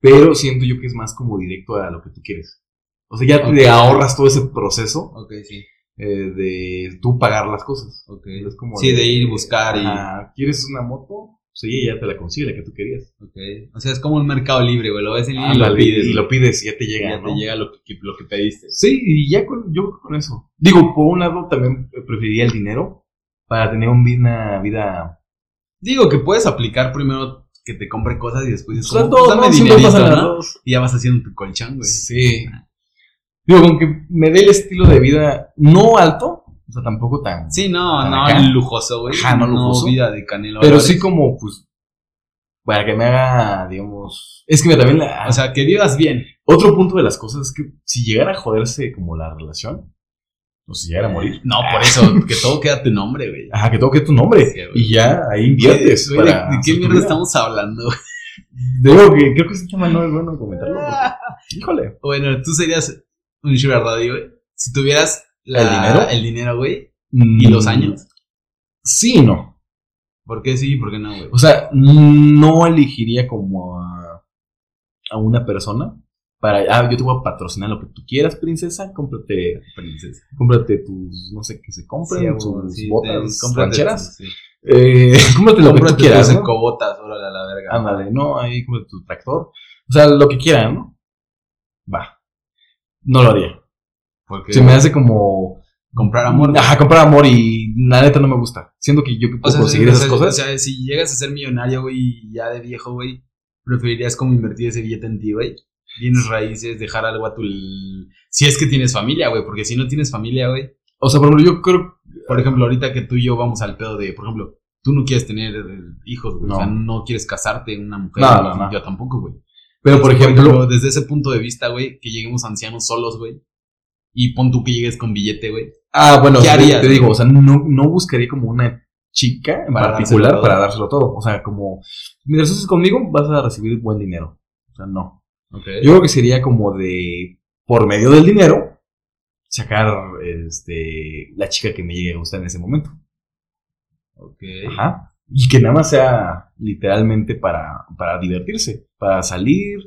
Pero siento yo que es más como directo a lo que tú quieres. O sea, ya Ok. te ahorras todo ese proceso Ok, sí. eh, de tú pagar las cosas. Ok. Es como sí, de ir buscar y. Ajá, ¿Quieres una moto? Pues ella ya te la consigue, la que tú querías. ok. O sea, es como un mercado libre, güey. Lo ves en línea y lo Ándale, pides. y güey. lo pides y ya te llega. ya te ¿no? llega lo que, lo que pediste. Sí, y ya con, yo con eso. Digo, por un lado también preferiría el dinero para tener un vi- una vida... Digo que puedes aplicar primero que te compre cosas y después es O sea, como, todo, pues, dame ¿no? Siempre dinerito, pasan las ¿no? dos. Y ya vas haciendo tu colchón, güey. Sí. Digo, con que me dé el estilo de vida no alto, o sea, tampoco tan... Sí, no, Para no, acá. lujoso, güey. Ajá, no lujoso. vida de canelo. pero Álvarez. sí como, pues, para que me haga, digamos... Es que me también la... O sea, que vivas bien. otro punto de las cosas es que si llegara a joderse como la relación, o si llegara a morir... Ah. No, por eso, que todo queda tu nombre, güey. Ajá, que toque tu nombre. Sí, güey. y ya ahí inviertes. Güey, ¿de- para ¿De hacer qué tu mierda vida. estamos hablando? güey? Digo que creo que este tema no es bueno comentarlo. Ah. porque- Híjole. bueno, tú serías un sugar daddy, güey. Si tuvieras la- ¿El dinero? Mm. el dinero, güey. ¿Y los años? Sí, y no. ¿Por qué sí y por qué no, güey? O sea, no elegiría como a, a una persona para, ah, yo te voy a patrocinar lo que tú quieras, princesa, cómprate, Princesa. cómprate tus, no sé qué se Sí, Pues, compren, güey, tus sí, botas te- cómprate rancheras. tus- sí. Eh, cómprate lo que Cómprate tú quieras, tus ¿no? encobotas, órale a la verga. Ándale, no, ahí cómprate tu tractor. O sea, lo que quieran, ¿no? Va. No lo haría. Porque Se me hace como... comprar amor. Ajá, comprar amor y la neta no me gusta. Siento que yo que puedo O sea, conseguir sí, esas o sea, cosas. o sea, si llegas a ser millonario, güey, ya de viejo, güey, preferirías como invertir ese billete en ti, güey? Tienes raíces, dejar algo a tu... Si es que tienes familia, güey, porque si no tienes familia, güey, O sea, por ejemplo, yo creo. por ejemplo, ahorita que tú y yo vamos al pedo de, por ejemplo, tú no quieres tener eh, hijos, güey, No. o sea, no quieres casarte una mujer, No, güey, no, no. yo tampoco, güey. Pero por ejemplo. desde ese punto de vista, güey, que lleguemos ancianos solos, güey, y pon tú que llegues con billete, güey. Ah, bueno, ¿qué te- harías, te güey? digo, o sea, no, no buscaría como una chica en Para dárselo particular todo. para dárselo todo. O sea, como. Mientras estés conmigo, vas a recibir buen dinero. O sea, no. Yo creo que sería como de, por medio del dinero, sacar este, la chica que me llegue a gustar en ese momento. Ok. Ajá. Y que nada más sea literalmente para, para divertirse, para salir,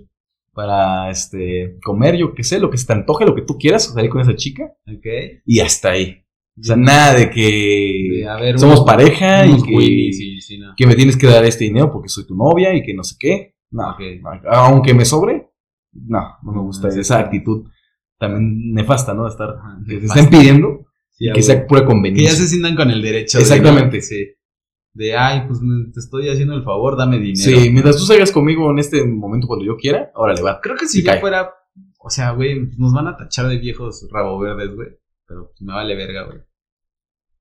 para este, comer, yo qué sé, lo que se te antoje, lo que tú quieras, salir con esa chica Ok. y hasta ahí. O sea, nada de que De, a ver, somos unos- pareja y unos que, Winnies y- sí, no. que me tienes que dar este dinero porque soy tu novia y que no sé qué. No, Ok. no, aunque me sobre, no, no me gusta Sí, esa sí. actitud también nefasta, ¿no? De estar, Ajá, que se nefasta. estén pidiendo Sí, y a que huevo. sea pura Que ya conveniencia. se sientan con el derecho. Exactamente. De, sí. De, ay, pues me- te estoy haciendo el favor, dame dinero. Sí, mientras tú salgas conmigo en este momento cuando yo quiera, órale, va. Creo que si Se ya cae. fuera. O sea, güey, nos van a tachar de viejos rabo verdes, güey. Pero pues, me vale verga, güey.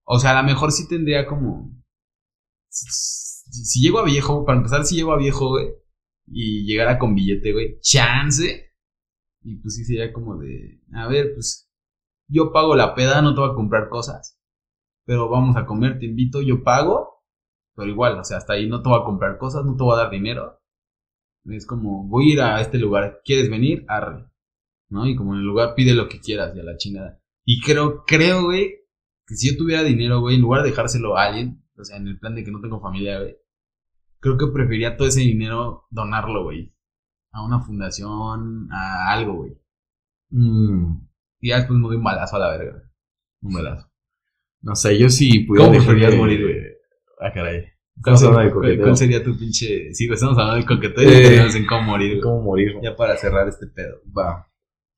O sea, a lo mejor sí tendría como. Si, si llego a viejo, para empezar, si llego a viejo, güey. Y llegara con billete, güey. Chance. Y pues sí sería como de. A ver, pues. Yo pago la peda, no te voy a comprar cosas. Pero vamos a comer, te invito, yo pago. Pero igual, o sea, hasta ahí no te voy a comprar cosas, no te voy a dar dinero. Es como, voy a ir a este lugar, ¿quieres venir? Arre. ¿No? Y como en el lugar pide lo que quieras y a la chingada. Y creo, creo, güey, que si yo tuviera dinero, güey, en lugar de dejárselo a alguien, o sea, en el plan de que no tengo familia, güey, creo que preferiría todo ese dinero donarlo, güey. A una fundación, a algo, güey. Mm, Y ya después me doy un balazo a la verga. güey. un balazo. No sé, yo sí pudiera. ¿Cómo dejar preferirías que- morir, güey? Ah, caray. ¿Cuál, Estamos hablando sería, de cuál- coqueteo. cuál sería tu pinche...? Sí, güey, estamos hablando del coqueteo y Eh. tenemos en cómo morir, güey. ¿Cómo morir? Ya para cerrar este pedo. Va.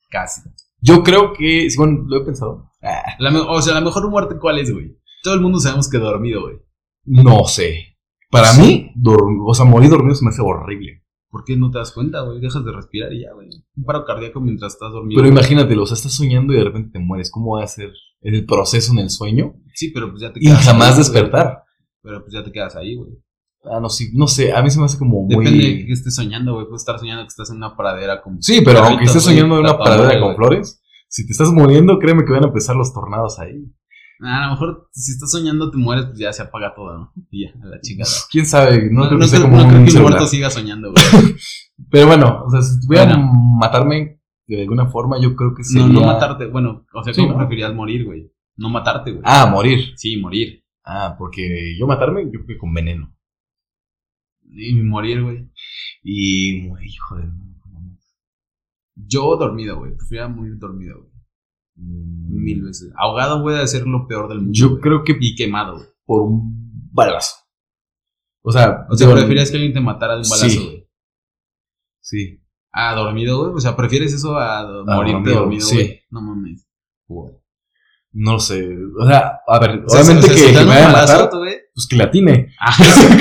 Casi. Yo creo que, sí, bueno, lo he pensado. La me- o sea, la mejor muerte, ¿cuál es, güey? Todo el mundo sabemos que dormido, güey. No sé. Para Sí. mí, dorm- o sea, morir dormido se me hace horrible. ¿Por qué no te das cuenta, güey? Dejas de respirar y ya, güey. Un paro cardíaco mientras estás dormido. Pero imagínatelo, o sea, estás soñando y de repente te mueres. ¿Cómo va a ser el proceso en el sueño? sí, pero pues ya te Y quedas. ahí, jamás güey. despertar. Pero pues ya te quedas ahí, güey. Ah, no, sí, no sé, a mí se me hace como muy... Depende de que estés soñando, güey. Puedes estar soñando que estás en una pradera como. Sí, pero aunque Carritos, estés güey, soñando en una está toda paradera madre, con güey. flores, si te estás muriendo, créeme que van a empezar los tornados ahí. Ah, A lo mejor si estás soñando te mueres, pues ya se apaga todo, ¿no? Y ya, a la chingada. ¿Quién sabe? No, creo que sea creo- como no creo un que el celular. muerto siga soñando, güey. Pero bueno, o sea, si tuviera Bueno. matarme de alguna forma, yo creo que sería... No, no matarte. Bueno, o sea, Sí, ¿cómo ¿no? preferías morir, güey? No matarte, güey. Ah, morir. Sí, morir. Ah, porque yo matarme, yo creo que con veneno. Y morir, güey. Y... Hijo de... Yo dormido, güey. Prefiero morir dormido, güey. Mil Mil veces. Ahogado puede ser lo peor del mundo. Yo güey. creo que Y quemado, güey. por un balazo. O sea, O sea, digo, prefieres que alguien te matara de un balazo, Sí. güey. Sí. Ah, dormido, güey. O sea, prefieres eso a do- A morirte dormido, dormido, sí. güey. No mames. Güey. No lo sé. O sea, a ver, O sea, obviamente o sea, que, si te que dan me un vaya a balazo, matar, tú, güey. pues que la atine. Ah,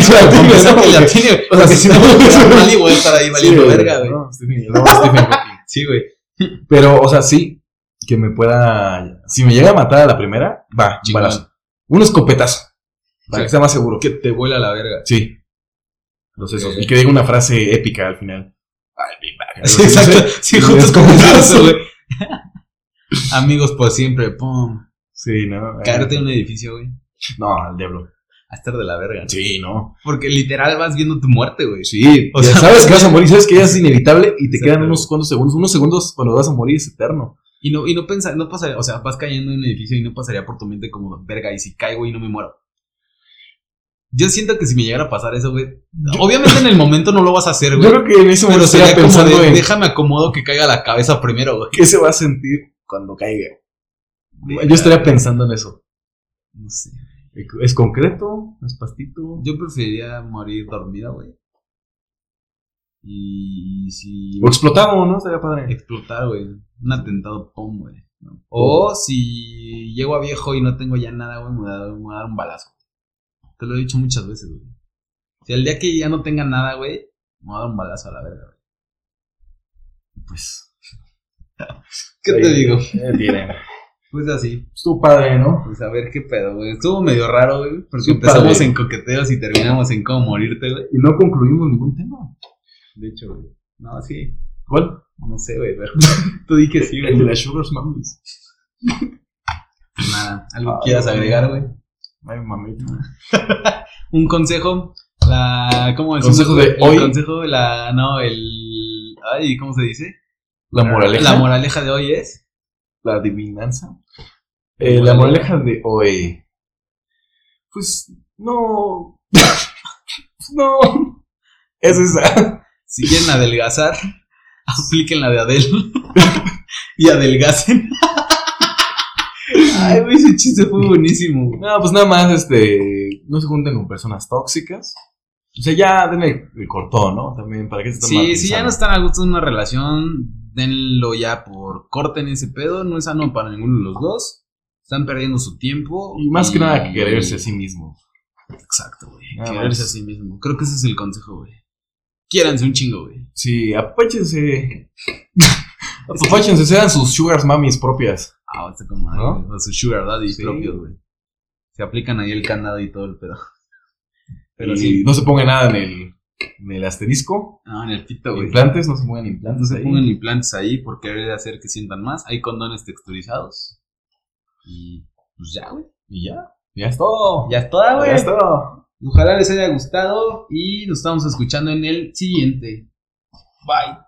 Claro, con tiene, pensar ¿no? que la Porque- tiene. o sea, Porque si no, sí, mal y voy a estar ahí valiendo Sí, verga, güey. No, Stephen- no, Stephen Hawking. Sí, güey. Pero, o sea, sí, que me pueda. Si me llega a matar a la primera, va, Chingón. balazo. Un escopetazo. Para Sí. que sea más seguro. Que te vuela la verga. Sí. Los esos. Ok. Y que diga una frase épica al final. Ay, mi madre. Sí, exacto. Sí, Y justo es es como como un eso, balazo, güey. Amigos por siempre, pum. Sí, ¿no? eh. Caerte en un edificio, güey. No, al diablo. A estar de la verga. ¿no? Sí, no. Porque literal vas viendo tu muerte, güey. pues Sí, O ya sea, sabes que vas a morir, sabes que ya es inevitable y te Exacto. quedan unos cuantos segundos. Unos segundos cuando vas a morir es eterno. Y no, y no pensa- no pasaría, o sea, vas cayendo en un edificio y no pasaría por tu mente como, verga, y si caigo y no me muero. Yo siento que si me llegara a pasar eso, güey. Obviamente en el momento no lo vas a hacer, Yo güey. creo que en ese Pero momento sería estaría como pensando de, en déjame acomodo que caiga la cabeza primero, güey. qué se va a sentir cuando caiga. Yo estaría pensando en eso. No sé. ¿Es concreto? ¿Es pastito? Yo preferiría morir dormida, güey. Y si O explotado, ¿no? Estaría padre. explotar, güey. Un atentado pom, güey. O Oh. si llego a viejo y no tengo ya nada, güey, me voy a dar- me voy a dar un balazo. Te lo he dicho muchas veces, güey. Si al día que ya no tenga nada, güey, Me voy a dar un balazo a la verga, güey. Y Pues. ¿Qué ¿Qué te digo? eh, Tiene. Pues así. Estuvo padre, ¿no? Pues a ver qué pedo, güey. Estuvo medio raro, güey. Porque Sí, empezamos padre. en coqueteos y terminamos en cómo morirte, güey. Y no concluimos ningún tema. De hecho, güey. No, sí. ¿Cuál? No sé, güey, pero. Tú di que sí, El de güey. las Sugar Mummies. Pues Nada. ¿Algo Ah, quieras no. agregar, güey? Ay, mamita. Un consejo. La. ¿Cómo decimos, Consejo güey? de El hoy. consejo de la. No, el. Ay, ¿cómo se dice? La moraleja. La moraleja de hoy es. la adivinanza. Eh, la Moraleja. moraleja de hoy. Pues no. no. Es esa. Si quieren adelgazar, apliquen la de Adel. y adelgacen. Ay, güey, ese chiste fue buenísimo. güey. No, pues nada más, este. No se junten con personas tóxicas. O sea, ya denle el cortón, ¿no? También, ¿para qué se están Sí, si ya no martirizando? están a gusto en una relación, denlo ya por corten ese pedo. No es sano para ninguno de los dos. Están perdiendo su tiempo. Y más que nada, que quererse a sí mismo. Exacto, güey. Nada Quererse más. a sí mismo. Creo que ese es el consejo, güey. Quiéranse un chingo, güey. Sí, apáchense. apáchense, sean sus sugars mamis propias. Ah, está como ¿No? a su sugar daddy Sí. propios, güey. Se aplican ahí el candado y todo el pedo. Pero y sí. no se pongan nada en el, en el asterisco. No, en el pito, güey. Implantes, no se pongan implantes. No se ahí. pongan implantes ahí por querer hacer que sientan más. Hay condones texturizados. Y pues ya, güey. Y ya. Ya es todo. Ya es toda, güey. Ya es todo. Ojalá les haya gustado y nos estamos escuchando en el siguiente. Bye.